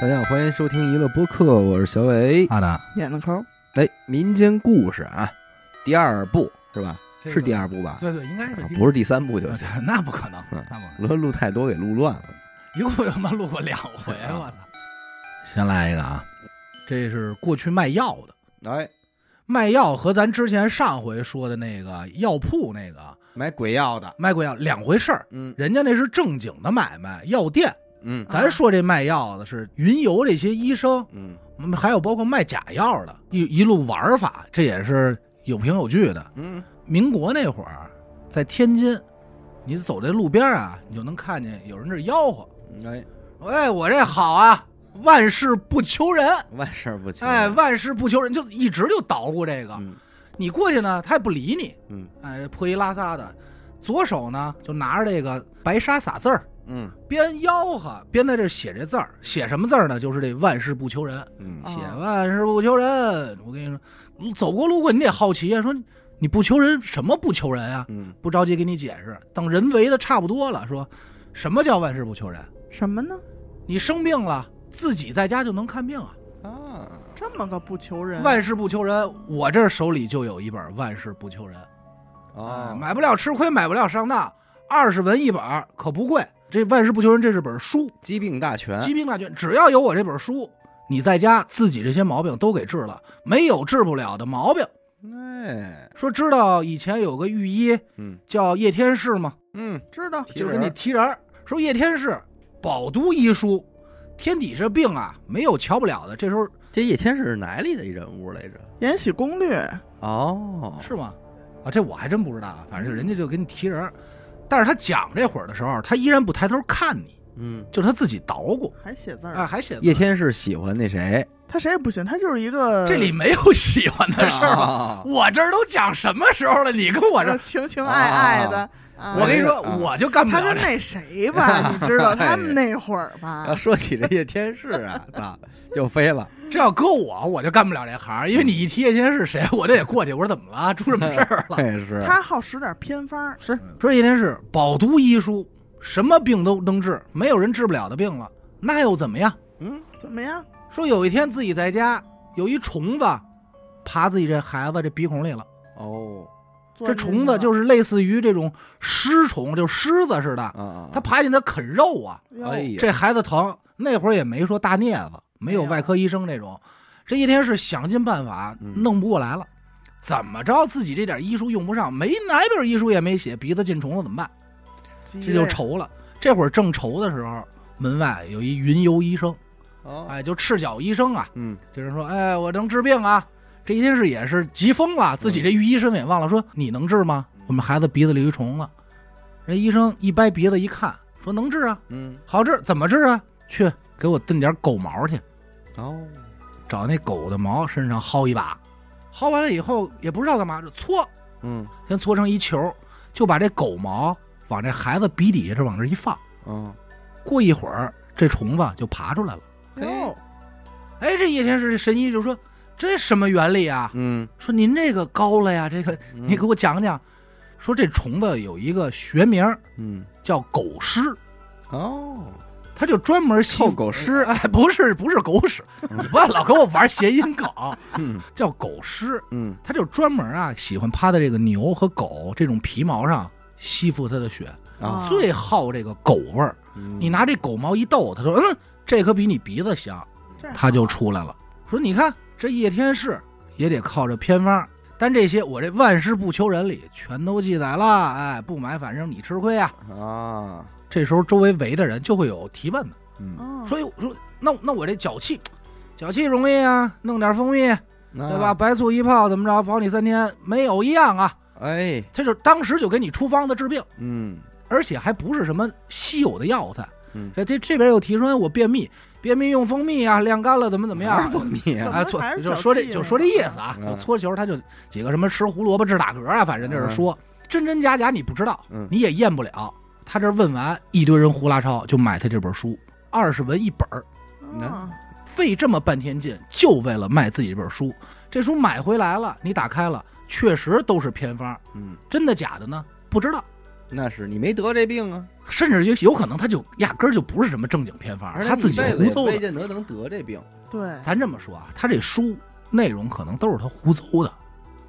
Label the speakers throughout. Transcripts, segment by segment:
Speaker 1: 大家好，欢迎收听娱乐播客，我是小 伟。
Speaker 2: 阿达
Speaker 3: 点子抠，
Speaker 1: 哎，民间故事啊，第二部是吧？是第
Speaker 2: 二，
Speaker 1: 二部吧？
Speaker 2: 对对，应该是
Speaker 1: 啊不是第三部就行。
Speaker 2: 是？ 那不可能，
Speaker 1: 嗯
Speaker 2: 那不可能，
Speaker 1: 录录太多给录乱了。
Speaker 2: 一共他妈录过两回，
Speaker 1: 啊
Speaker 2: 我操！先来一个啊，这是过去卖药的，
Speaker 1: 哎，
Speaker 2: 卖药和咱之前上回说的那个药铺那个啊
Speaker 1: 买鬼药的，
Speaker 2: 卖过药两回事儿，
Speaker 1: 嗯
Speaker 2: 人家那是正经的买卖，药店。
Speaker 4: 啊
Speaker 1: 嗯
Speaker 2: 咱说这卖药的是云游这些医生，
Speaker 1: 嗯
Speaker 2: 嗯还有包括卖假药的，一一路玩儿法，这也是有凭有据的。
Speaker 1: 嗯，
Speaker 2: 民国那会儿，在天津，你走这路边儿啊，你就能看见有人这吆喝
Speaker 1: 哎，：“
Speaker 2: 哎，我这好啊，万事不求人，
Speaker 1: 万事儿不嗯求。
Speaker 2: 哎，万事不求人。”就一直就捣鼓这个。
Speaker 1: 嗯
Speaker 2: 你过去呢，他也不理你，
Speaker 1: 嗯
Speaker 2: 哎，破衣拉撒的。左手呢，就拿着这个白沙撒字儿，
Speaker 1: 嗯
Speaker 2: 边吆喝边在这写这字儿。写什么字儿呢？就是这万事不求人。
Speaker 1: 嗯
Speaker 3: 啊
Speaker 2: 写万事不求人。我跟你说，走过路过你得好奇啊，说你不求人什么不求人啊？
Speaker 1: 嗯，
Speaker 2: 不着急给你解释，等人为的差不多了，说什么叫万事不求人？
Speaker 3: 什么呢？
Speaker 2: 你生病了，自己在家就能看病啊。
Speaker 1: 啊，
Speaker 3: 这么个不求人，
Speaker 2: 万事不求人，我这手里就有一本《万事不求人》哎
Speaker 1: 哦，
Speaker 2: 买不了吃亏，买不了上当，二十文一本儿，可不贵。这《万事不求人》这是本书，
Speaker 1: 疾病大全，
Speaker 2: 疾病大全，只要有我这本书，你在家自己这些毛病都给治了，没有治不了的毛病。
Speaker 1: 哎，
Speaker 2: 说知道以前有个御医
Speaker 1: 嗯
Speaker 2: 叫叶天士吗？
Speaker 1: 嗯，
Speaker 3: 知道
Speaker 1: 提
Speaker 2: 就
Speaker 1: 人
Speaker 2: 给你提人儿，说叶天士饱读医书，天底下病啊没有瞧不了的。这时候
Speaker 1: 这叶天是哪里的人物来着？
Speaker 3: 《延禧攻略》
Speaker 1: 哦，
Speaker 2: 是吗？啊，这我还真不知道啊，反正就人家就给你提人儿。但是他讲这会儿的时候，他依然不抬头看你，
Speaker 1: 嗯，
Speaker 2: 就是他自己捣鼓，
Speaker 3: 还写字儿、
Speaker 2: 啊，还写字
Speaker 1: 叶天是喜欢那 谁？
Speaker 3: 他谁也不行，他就是一个
Speaker 2: 这里没有喜欢的事儿吗？
Speaker 1: 啊
Speaker 2: 我这儿都讲什么时候了？你跟我
Speaker 3: 我
Speaker 2: 这
Speaker 3: 这， 情情爱爱的。啊
Speaker 2: 我跟你说，
Speaker 1: 啊
Speaker 2: 我就干不
Speaker 3: 他
Speaker 2: 了
Speaker 3: 跟
Speaker 2: 这。哎
Speaker 3: 那 谁吧，你知道他们那会儿
Speaker 1: 啊，
Speaker 3: 吧，
Speaker 1: 说起这叶天士 啊，啊，就飞 了。
Speaker 2: 这要搁我，我就干不了这行儿，因为你一提叶天士谁，我就得过去。我说怎么了？出什么事儿了？
Speaker 4: 哎
Speaker 1: 这是
Speaker 3: 他好使点偏方儿，是
Speaker 2: 说叶天士饱读医书，什么病都能治，没有人治不了的病了，那又怎么样？
Speaker 1: 嗯，
Speaker 3: 怎么样？
Speaker 2: 说有一天自己在家，有一虫子爬自己这孩子这鼻孔里了。
Speaker 1: 哦，
Speaker 3: 做
Speaker 2: 这虫子就是是类似于这种虱虫，就狮子似的，
Speaker 1: 啊，
Speaker 2: 它爬进它啃肉啊。
Speaker 1: 哎呀，
Speaker 2: 这孩子疼，那会儿也没说大镊子，没有
Speaker 3: 没有
Speaker 2: 外科医生这种。这叶天士想尽办法
Speaker 1: 嗯
Speaker 2: 弄不过来了，怎么着自己这点医术用不上，没哪本医书也没写，鼻子进虫子怎么办？
Speaker 3: 嗯
Speaker 2: 这就愁了。这会儿正愁的时候，门外有一云游医生，
Speaker 1: 哦，
Speaker 2: 哎，就赤脚医生啊，
Speaker 1: 嗯，
Speaker 2: 这人说，哎，我能治病啊。这一天是也是急疯了，自己这御医身份也忘了，说你能治吗？我们孩子鼻子里有一虫子。人医生一掰鼻子一看，说能治啊，
Speaker 1: 嗯，
Speaker 2: 好治，怎么治啊？去给我炖点狗毛去，
Speaker 1: 哦，
Speaker 2: 找那狗的毛身上薅一把，薅完了以后也不知道干嘛，就搓，
Speaker 1: 嗯，
Speaker 2: 先搓成一球，就把这狗毛往这孩子鼻底下这往这一放。
Speaker 4: 哦
Speaker 1: 嗯，
Speaker 2: 过一会儿，这虫子就爬出来了。
Speaker 3: 哟，
Speaker 2: 哎，这叶天士这神医就说：“这什么原理啊？
Speaker 1: 嗯，
Speaker 2: 说您这个高了呀，这个
Speaker 1: 嗯
Speaker 2: 你给，我讲讲。说这虫子有一个学名
Speaker 1: 嗯，
Speaker 2: 叫狗虱，
Speaker 1: 哦，
Speaker 2: 它就专门吸
Speaker 1: 臭狗嗯虱，
Speaker 2: 哎，不是不是狗屎，你不要老跟我玩谐音梗，
Speaker 1: 嗯
Speaker 2: 叫狗虱，
Speaker 1: 嗯，
Speaker 2: 它就专门啊喜欢趴在这个牛和狗这种皮毛上。吸附它的血，
Speaker 1: 啊，
Speaker 3: 啊
Speaker 2: 最好这个狗味儿。你
Speaker 4: 嗯
Speaker 1: 你
Speaker 2: 拿这狗毛一逗，它说：“嗯，这可比你鼻子香。”
Speaker 3: 这
Speaker 2: 他就出来了，说：“你看这叶天士也得靠着偏方，但这些我这万事不求人里全都记载了，哎，不买反正你吃亏啊。
Speaker 1: 啊，”
Speaker 2: 这时候周围围的人就会有提问的，
Speaker 1: 嗯，
Speaker 3: 嗯
Speaker 2: 说：“哟，说那那我这脚气，脚气容易啊，弄点蜂蜜对
Speaker 1: 啊
Speaker 2: 吧？？白醋一泡怎么着，跑你三天没有一样啊。
Speaker 1: 哎，”
Speaker 2: 他就当时就给你出方子治病，
Speaker 1: 嗯，
Speaker 2: 而且还不是什么稀有的药材
Speaker 1: 嗯。
Speaker 2: 这这这边又提出哎来我便秘，便秘用蜂蜜啊，晾干了怎么怎么样
Speaker 1: 哪儿？蜂蜜
Speaker 3: 怎
Speaker 1: 啊？
Speaker 3: 么
Speaker 2: 啊，错
Speaker 3: 还，是
Speaker 2: 就
Speaker 3: 脚
Speaker 2: 说这
Speaker 3: 气
Speaker 2: 就
Speaker 3: 呢
Speaker 2: 说这意思啊，
Speaker 1: 嗯
Speaker 2: 就搓球他就几个什么吃胡萝卜治打嗝啊，反正就是说真真假假你不知道，
Speaker 1: 嗯
Speaker 2: 你也验不了。他这问完，一堆人呼啦超就买他这本书，二十文一本儿，
Speaker 3: 啊
Speaker 2: 费这么半天劲就为了卖自己这本书。这书买回来了，你打开了，确实都是偏方，
Speaker 1: 嗯，
Speaker 2: 真的假的呢？不知道。
Speaker 4: 那是你没得这病啊，
Speaker 2: 甚至有有可能他就压根儿就不是什么正经偏方，
Speaker 4: 而且
Speaker 2: 他
Speaker 4: 你
Speaker 2: 自己
Speaker 4: 这辈子
Speaker 2: 胡
Speaker 4: 也
Speaker 2: 诌
Speaker 4: 未
Speaker 2: 的。
Speaker 4: 见得能得这病
Speaker 3: 对，
Speaker 2: 咱这么说啊，他这书内容可能都是他胡诌的，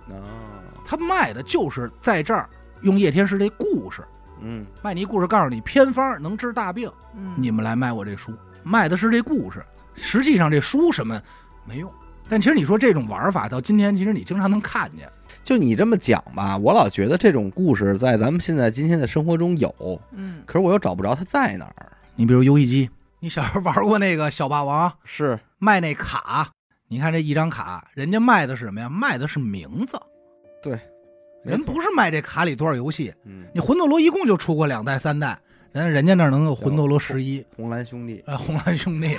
Speaker 4: 啊。
Speaker 2: 他卖的就是在这儿用叶天师这故事，
Speaker 4: 嗯，
Speaker 2: 卖你一故事，告诉你偏方能治大病，
Speaker 3: 嗯
Speaker 2: 你们来卖我这书，卖的是这故事。实际上这书什么没用，但其实你说这种玩法到今天，其实你经常能看见。
Speaker 4: 就你这么讲吧，我老觉得这种故事在咱们现在今天的生活中有，
Speaker 3: 嗯
Speaker 4: 可是我又找不着它在哪儿。
Speaker 2: 你比如游戏机，你小时候玩过那个小霸王，
Speaker 4: 是，
Speaker 2: 卖那卡，你看这一张卡，人家卖的是什么呀？卖的是名字。
Speaker 4: 对，
Speaker 2: 人不是卖这卡里多少游戏，
Speaker 4: 嗯，
Speaker 2: 你魂斗罗一共就出过两代三代，人人家那儿能有魂斗罗十一，
Speaker 4: 红蓝兄 弟，
Speaker 2: 呃，红蓝兄弟，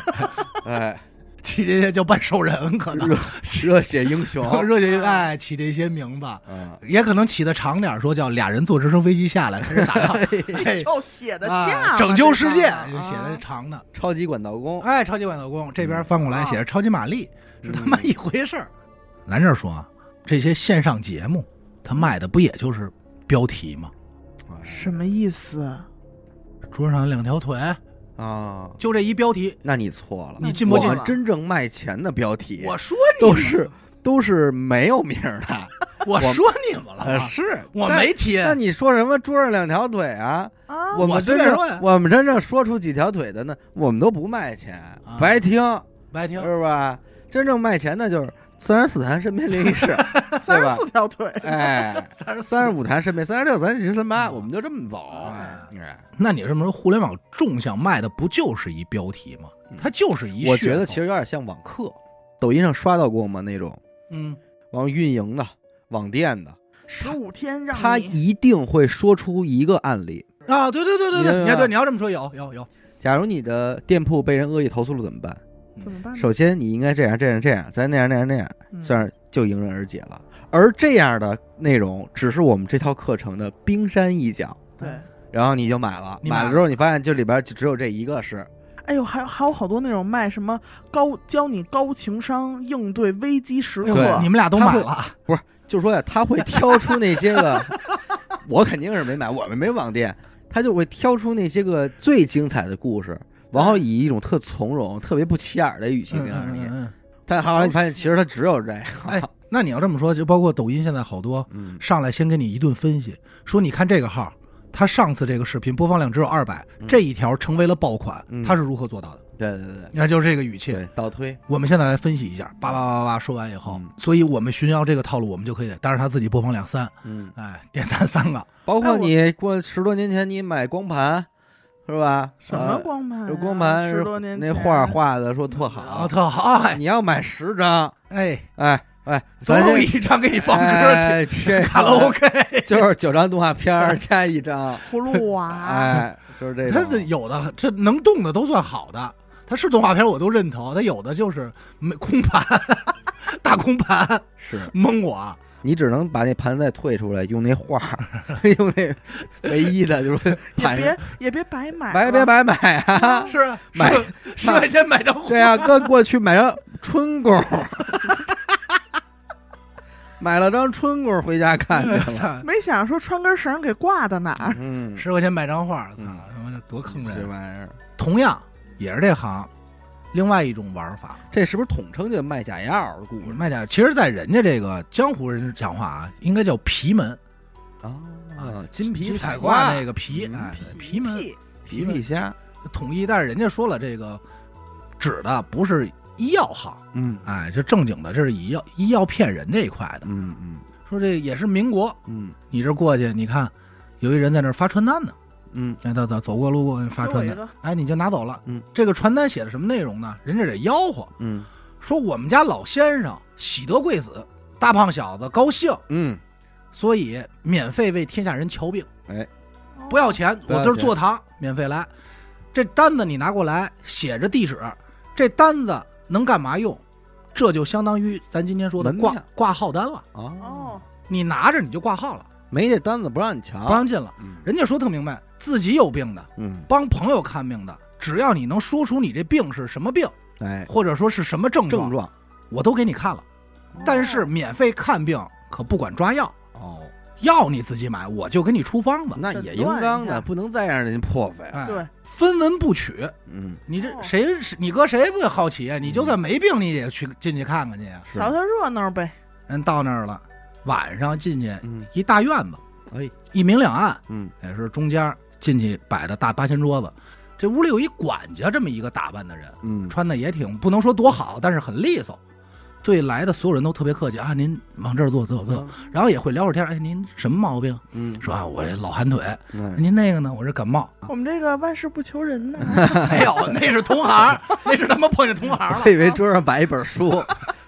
Speaker 4: 哎，
Speaker 2: 起这些叫半兽人，可能
Speaker 4: 热热血英 雄，
Speaker 2: 热血爱起这些名字，
Speaker 4: 嗯，
Speaker 2: 也可能起的长点儿，说叫俩人坐直升飞机下来开始打仗， 哎
Speaker 3: 又写的
Speaker 2: 啊
Speaker 3: 下
Speaker 2: 拯救世界，就
Speaker 3: 就
Speaker 2: 写的长的。
Speaker 4: 超级管道工，
Speaker 2: 哎，超级豌豆公这边翻过来写着超级玛丽，是他妈
Speaker 4: 嗯
Speaker 2: 一回事儿。咱这儿说啊，这些线上节目，他卖的不也就是标题吗？
Speaker 3: 什么意思？
Speaker 2: 桌上有两条腿，
Speaker 4: 啊，
Speaker 2: 就这一标题，
Speaker 4: 那你错了，
Speaker 2: 你进不进
Speaker 4: 我们真正卖钱的标题，
Speaker 2: 我说你
Speaker 4: 都
Speaker 2: 们
Speaker 4: 是都是没有名儿的，
Speaker 2: 我哎
Speaker 4: 我
Speaker 2: 说你们了
Speaker 4: 呃
Speaker 2: 吗，
Speaker 4: 是
Speaker 2: 啊我
Speaker 4: 但
Speaker 2: 没提。
Speaker 4: 那你说什么桌上两条腿啊？
Speaker 3: 啊，
Speaker 4: 我们
Speaker 2: 随
Speaker 4: 真
Speaker 2: 便
Speaker 4: 正
Speaker 2: 说呀
Speaker 4: 我们真正说出几条腿的呢，我们都不卖钱
Speaker 2: 啊，
Speaker 4: 白听
Speaker 2: 白听，
Speaker 4: 是吧？真正卖钱的就是三十四坛身边灵异事，
Speaker 3: 啊
Speaker 4: 对
Speaker 3: 三十
Speaker 4: 吧
Speaker 3: 四条腿，
Speaker 4: 哎，
Speaker 2: 三十
Speaker 4: 三十五坛身边三十六，咱十三八，
Speaker 2: 嗯
Speaker 4: 我们就这么走。
Speaker 2: 哎
Speaker 4: 哎
Speaker 2: 那你这么说，互联网纵向卖的不就是一标题吗？
Speaker 4: 嗯
Speaker 2: 它就是一噱头。
Speaker 4: 我觉得其实有点像网课，抖音上刷到过吗？那种
Speaker 2: 嗯，
Speaker 4: 网运营的、网店的，
Speaker 3: 十五天让
Speaker 4: 他
Speaker 3: 你
Speaker 4: 一定会说出一个案例。
Speaker 2: 啊，对对对对对，
Speaker 4: 你
Speaker 2: 你要
Speaker 4: 看
Speaker 2: 对你要这么说，有有有，
Speaker 4: 假如你的店铺被人恶意投诉了怎么办？
Speaker 3: 怎么办呢？
Speaker 4: 首先，你应该这样这样这样，咱那样那样那样，
Speaker 3: 嗯
Speaker 4: 这样就迎刃而解了。而这样的内容只是我们这套课程的冰山一角，
Speaker 3: 对，
Speaker 4: 然后你就买了，
Speaker 2: 你买了
Speaker 4: 买了之后你发现这里边就只有这一个是，
Speaker 3: 哎呦，还有还有好多那种卖什么高教你高情商应对危机时
Speaker 4: 呦对
Speaker 3: 刻
Speaker 2: 哎你，们俩都
Speaker 4: 他
Speaker 2: 买
Speaker 4: 会
Speaker 2: 了啊，
Speaker 4: 就说呀，他会挑出那些 个，我肯定是没买，我们没网店，他就会挑出那些个最精彩的故事，然后以一种特从容、特别不起眼的语气
Speaker 2: 嗯
Speaker 4: 告诉
Speaker 2: 嗯
Speaker 4: 你
Speaker 2: 嗯，嗯。
Speaker 4: 但后来你发现其实他只有这
Speaker 2: 哎
Speaker 4: 个，，
Speaker 2: 那你要这么说，就包括抖音现在好多
Speaker 4: 嗯，
Speaker 2: 上来先给你一顿分析，说你看这个号，他上次这个视频播放量只有二百、
Speaker 4: 嗯
Speaker 2: 这一条成为了爆款，
Speaker 4: 嗯
Speaker 2: 他是如何做到的？
Speaker 4: 对对对
Speaker 2: 你看就是这个语
Speaker 4: 对，
Speaker 2: 气。
Speaker 4: 对倒推，
Speaker 2: 我们现在来分析一下，叭叭叭叭叭说完以后，
Speaker 4: 嗯
Speaker 2: 所以我们寻找这个套路，我们就可以。但是他自己播放量三，
Speaker 4: 嗯。
Speaker 2: 哎，点赞三个，
Speaker 4: 包
Speaker 3: 哎
Speaker 4: 括
Speaker 3: 我
Speaker 4: 你过十多年前你买光盘，是吧？
Speaker 3: 什么光盘
Speaker 4: 呃
Speaker 3: 啊？
Speaker 4: 有光盘
Speaker 3: 十多年
Speaker 4: 那
Speaker 3: 前
Speaker 4: 画儿画的说特
Speaker 2: 啊、
Speaker 4: 好，
Speaker 2: 特好，哎
Speaker 4: 你要买十张，
Speaker 2: 哎，
Speaker 4: 哎哎，
Speaker 2: 总
Speaker 4: 咱
Speaker 2: 有
Speaker 4: 这
Speaker 2: 一张给你放歌听、
Speaker 4: 哎这
Speaker 2: 卡拉 OK。
Speaker 4: 就是九张动画片儿加一张，
Speaker 3: 葫芦 娃，
Speaker 4: 哎，就是这
Speaker 2: 他这
Speaker 4: 种。
Speaker 2: 有的这能动的都算好的，他是动画片我都认同，他有的就是没空盘， 大空盘
Speaker 4: 是
Speaker 2: 蒙我。啊
Speaker 4: 你只能把那盘再退出来，用那画儿， 用那唯一的，就是
Speaker 3: 也
Speaker 4: 盘，
Speaker 3: 别也别白买，
Speaker 4: 白别，白买啊！
Speaker 2: 是啊，
Speaker 4: 买
Speaker 2: 十十块钱买张 画
Speaker 4: 对啊呀，哥过去买张春 宫，买了张春宫回家看去了。
Speaker 2: 操
Speaker 3: 没想说穿根绳给挂到哪 儿。
Speaker 4: 嗯，
Speaker 2: 十块钱买张画，操，
Speaker 4: 嗯
Speaker 2: 他妈的多坑
Speaker 4: 这
Speaker 2: 人！
Speaker 4: 玩意儿，
Speaker 2: 同样也是这行，另外一种玩法，
Speaker 4: 这是不是统称就卖假药的故事？
Speaker 2: 卖家其实，在人家这个江湖人讲话啊，应该叫皮门，
Speaker 4: 啊，金
Speaker 2: 就是
Speaker 4: 皮
Speaker 2: 采
Speaker 4: 挂
Speaker 2: 那个皮，
Speaker 4: 嗯
Speaker 2: 哎，皮门
Speaker 3: 屁
Speaker 4: 皮皮虾，
Speaker 2: 统一，但是人家说了，这个指的不是医药行，
Speaker 4: 嗯
Speaker 2: 哎，这正经的，这是医药医药骗人这一块的。
Speaker 4: 嗯嗯
Speaker 2: 说这也是民国，
Speaker 4: 嗯
Speaker 2: 你这过去，你看有一人在那儿发传单呢，
Speaker 4: 嗯
Speaker 2: 哎，走走走过路过发
Speaker 3: 给我
Speaker 2: 传
Speaker 3: 一
Speaker 2: 单。
Speaker 3: 个，
Speaker 2: 哎，你就拿走了。
Speaker 4: 嗯，
Speaker 2: 这个传单写的什么内容呢？人家得吆喝
Speaker 4: 嗯
Speaker 2: 说我们家老先生喜得贵子，大胖小子高兴，
Speaker 4: 嗯，
Speaker 2: 所以免费为天下人瞧病，
Speaker 3: 哦
Speaker 2: 不要钱，
Speaker 4: 哎不要
Speaker 2: 我
Speaker 4: 钱
Speaker 2: 这儿坐堂，免费来。这单子你拿过来，写着地址，这单子能干嘛用？这就相当于咱今天说的
Speaker 4: 门
Speaker 2: 挂
Speaker 4: 面
Speaker 2: 挂号单了。
Speaker 4: 哦
Speaker 3: 哦，，
Speaker 2: 你拿着你就挂号了，
Speaker 4: 没这单子不让你瞧，
Speaker 2: 不让进了。
Speaker 4: 嗯
Speaker 2: 人家说特明白，自己有病的，
Speaker 4: 嗯，
Speaker 2: 帮朋友看病的，只要你能说出你这病是什么病，
Speaker 4: 哎，
Speaker 2: 或者说是什么症状
Speaker 4: 症，状
Speaker 3: 哦
Speaker 2: 我都给你看了，但是免费看病可不管抓药，
Speaker 4: 哦，
Speaker 2: 要你自己买，我就给你出方子。
Speaker 4: 那
Speaker 3: 诊
Speaker 4: 也应
Speaker 3: 断一
Speaker 4: 当
Speaker 3: 下
Speaker 4: 的，不能再让人家破费。啊
Speaker 2: 哎，
Speaker 3: 对，
Speaker 2: 分文不取，
Speaker 4: 嗯，
Speaker 2: 你这
Speaker 3: 哦
Speaker 2: 谁是你搁谁不也好奇啊？你就算没病，你也得去进去看看去呀。
Speaker 4: 是
Speaker 3: 瞧瞧热闹呗。
Speaker 2: 人到那儿了，晚上进去
Speaker 4: 嗯，
Speaker 2: 一大院子，
Speaker 4: 哎，
Speaker 2: 一明两暗，
Speaker 4: 嗯，
Speaker 2: 也是中间进去摆的大八仙桌子。这屋里有一管家，这么一个打扮的人，
Speaker 4: 嗯，
Speaker 2: 穿的也挺不能说多好，但是很利索。对来的所有人都特别客气啊，您往这儿坐坐坐，然后也会聊会儿天儿。哎，您什么毛病？
Speaker 4: 嗯，
Speaker 2: 说啊，我这老寒腿。
Speaker 4: 嗯，
Speaker 2: 您那个呢？我这 感冒。
Speaker 3: 我们这个万事不求人 呢，
Speaker 2: 没有，那是同行，那是他妈碰见同行
Speaker 4: 我
Speaker 2: 了。
Speaker 4: 以
Speaker 3: 啊
Speaker 4: 为桌上摆一本 书，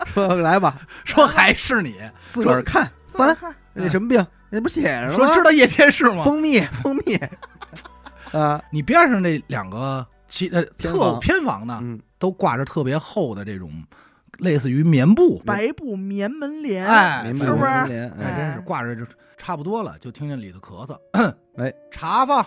Speaker 4: 说来吧，
Speaker 2: 说还是你，
Speaker 4: 自个儿看翻
Speaker 3: 看
Speaker 4: 那什么病，那不写着
Speaker 2: 说
Speaker 4: 吗
Speaker 2: 知道叶天士吗？
Speaker 4: 蜂蜜蜂 蜜啊，
Speaker 2: 你边上那两个其呃
Speaker 4: 偏
Speaker 2: 侧
Speaker 4: 房
Speaker 2: 偏房呢，
Speaker 4: 嗯，
Speaker 2: 都挂着特别厚的这种类似于棉布，
Speaker 3: 白布棉门帘，
Speaker 2: 哎，
Speaker 4: 明白
Speaker 2: 是
Speaker 3: 是
Speaker 2: 不
Speaker 3: 不
Speaker 2: 是
Speaker 3: 是？
Speaker 4: 明白明白
Speaker 2: 哎，
Speaker 4: 哎
Speaker 2: 真是挂着就差不多了，就听见里头咳嗽。
Speaker 4: 哎，
Speaker 2: 茶房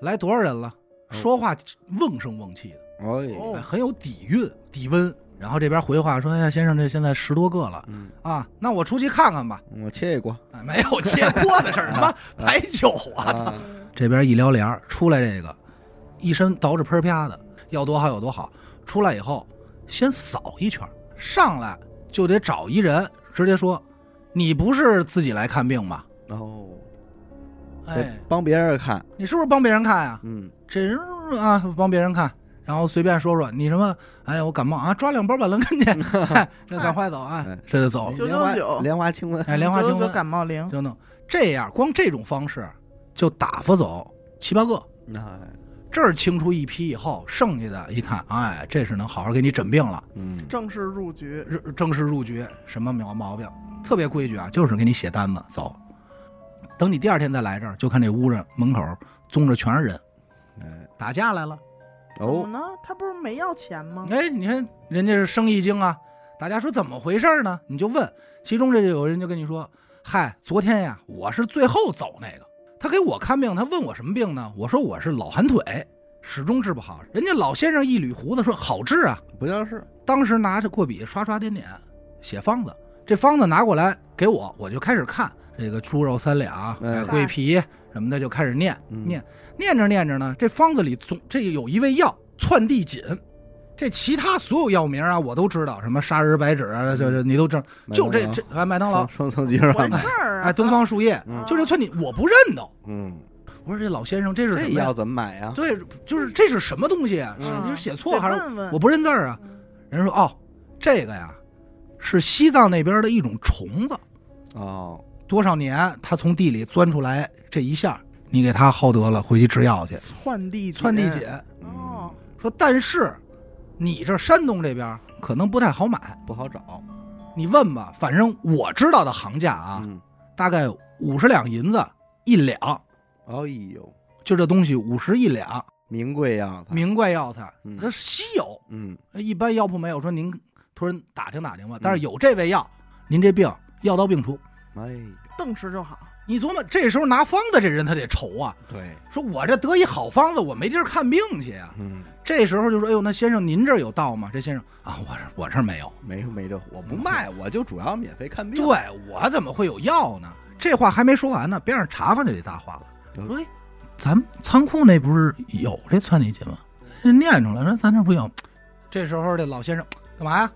Speaker 2: 来多少人了？
Speaker 4: 哦
Speaker 2: 说话瓮声瓮气的，
Speaker 4: 哦，
Speaker 2: 哎很有底蕴底温。然后这边回话说：“哎呀，先生，这现在十多个了
Speaker 4: 嗯，
Speaker 2: 啊，那我出去看看吧。”
Speaker 4: 我切一锅
Speaker 2: 哎，没有切锅的事 儿，他妈
Speaker 4: 哎
Speaker 2: 白酒啊！
Speaker 4: 啊，
Speaker 2: 这边一撩帘儿出来，这个一身捯饬喷儿啪的，要多好有多好。出来以后，先扫一圈儿，上来就得找一人，直接说：“你不是自己来看病吧
Speaker 4: 哦，？”
Speaker 2: 哎，
Speaker 4: 帮别人看，
Speaker 2: 你是不是帮别人看呀、
Speaker 4: 嗯，
Speaker 2: 这人啊，帮别人看，然后随便说说你什么？哎呀，我感冒啊，抓两包板蓝根去，哎这赶快走啊
Speaker 4: 哎，
Speaker 2: 这就走。
Speaker 3: 九
Speaker 4: 莲花
Speaker 3: 九九
Speaker 4: 莲花清瘟，
Speaker 2: 哎，莲花
Speaker 3: 九
Speaker 2: 清
Speaker 3: 九
Speaker 2: 瘟
Speaker 3: 九感冒灵，
Speaker 2: 就弄这样，光这种方式就打发走七八个。
Speaker 4: 那
Speaker 2: 这儿清出一批以后，剩下的一看，哎，这是能好好给你诊病了，
Speaker 4: 嗯，
Speaker 3: 正式入局。
Speaker 2: 日正式入局，什么毛毛病，特别规矩啊，就是给你写单子走。等你第二天再来这儿，就看这屋子门口宗着全是人，
Speaker 4: 哎
Speaker 2: 打架来了。
Speaker 3: 怎么
Speaker 4: 哦，
Speaker 3: 呢？他不是没要钱 吗？
Speaker 2: 哎，你看人家是生意经啊，大家说怎么回事呢？你就问，其中这就有人就跟你说，嗨，昨天呀，我是最后走那个，他给我看病，他问我什么病呢？我说我是老寒腿，始终治不好。人家老先生一捋胡子说好治啊，
Speaker 4: 不叫是，
Speaker 2: 当时拿着过笔刷刷点点写方子，这方子拿过来给我，我就开始看这个猪肉三两、
Speaker 4: 哎
Speaker 2: 哎桂皮什么的，就开始念
Speaker 4: 嗯
Speaker 2: 念念着念着呢，这方子里总这有一味药窜地锦，这其他所有药名啊我都知道，什么砂仁白芷
Speaker 4: 嗯
Speaker 2: 啊，这这你都知道，就这这哎麦当劳
Speaker 4: 双啊 双层鸡肉
Speaker 3: 管
Speaker 4: 汉堡，
Speaker 3: 事儿啊！
Speaker 2: 哎东方树叶，
Speaker 4: 嗯
Speaker 2: 就这窜地我不认得。
Speaker 4: 嗯，
Speaker 2: 我说这老先生这是
Speaker 4: 这
Speaker 2: 什么
Speaker 4: 药
Speaker 2: 呀？
Speaker 4: 怎么买呀？
Speaker 2: 对，就是这是什么东西啊？
Speaker 4: 嗯
Speaker 2: 是你是写错
Speaker 3: 得
Speaker 2: 还是
Speaker 3: 问问
Speaker 2: 我不认字儿啊？人说哦，这个呀是西藏那边的一种虫子，
Speaker 4: 哦，
Speaker 2: 多少年它从地里钻出来，这一下你给它薅得了，回去制药去。
Speaker 3: 窜地
Speaker 2: 窜地嗯
Speaker 3: 锦
Speaker 2: 锦
Speaker 4: 嗯
Speaker 3: 哦，
Speaker 2: 说，但是你这山东这边可能不太好买，
Speaker 4: 不好找
Speaker 2: 你问吧，反正我知道的行价啊，
Speaker 4: 嗯
Speaker 2: 大概五十两银子一两，
Speaker 4: 哎呦，
Speaker 2: 就这东西五十一两，
Speaker 4: 名贵药材，
Speaker 2: 名贵药材
Speaker 4: 嗯，
Speaker 2: 它稀有。
Speaker 4: 嗯，
Speaker 2: 一般药铺没有说您托人打听打听吧，但是有这味药，您这病药到病除。
Speaker 4: 哎，
Speaker 3: 瞪吃就好。
Speaker 2: 你琢磨，这时候拿方子这人他得愁啊，
Speaker 4: 对，
Speaker 2: 说我这得一好方子，我没地儿看病去呀、
Speaker 4: 嗯，
Speaker 2: 这时候就说，哎呦，那先生您这儿有道吗？这先生啊，我这我这儿没有，
Speaker 4: 没没这，我不卖，我就主要免费看病。
Speaker 2: 对我怎么会有药呢？这话还没说完呢，边上茶房就得搭话了，
Speaker 4: 嗯
Speaker 2: 说，哎，咱们仓库那不是有这窜地锦吗？念出来，说咱这不有。这时候这老先生干嘛呀？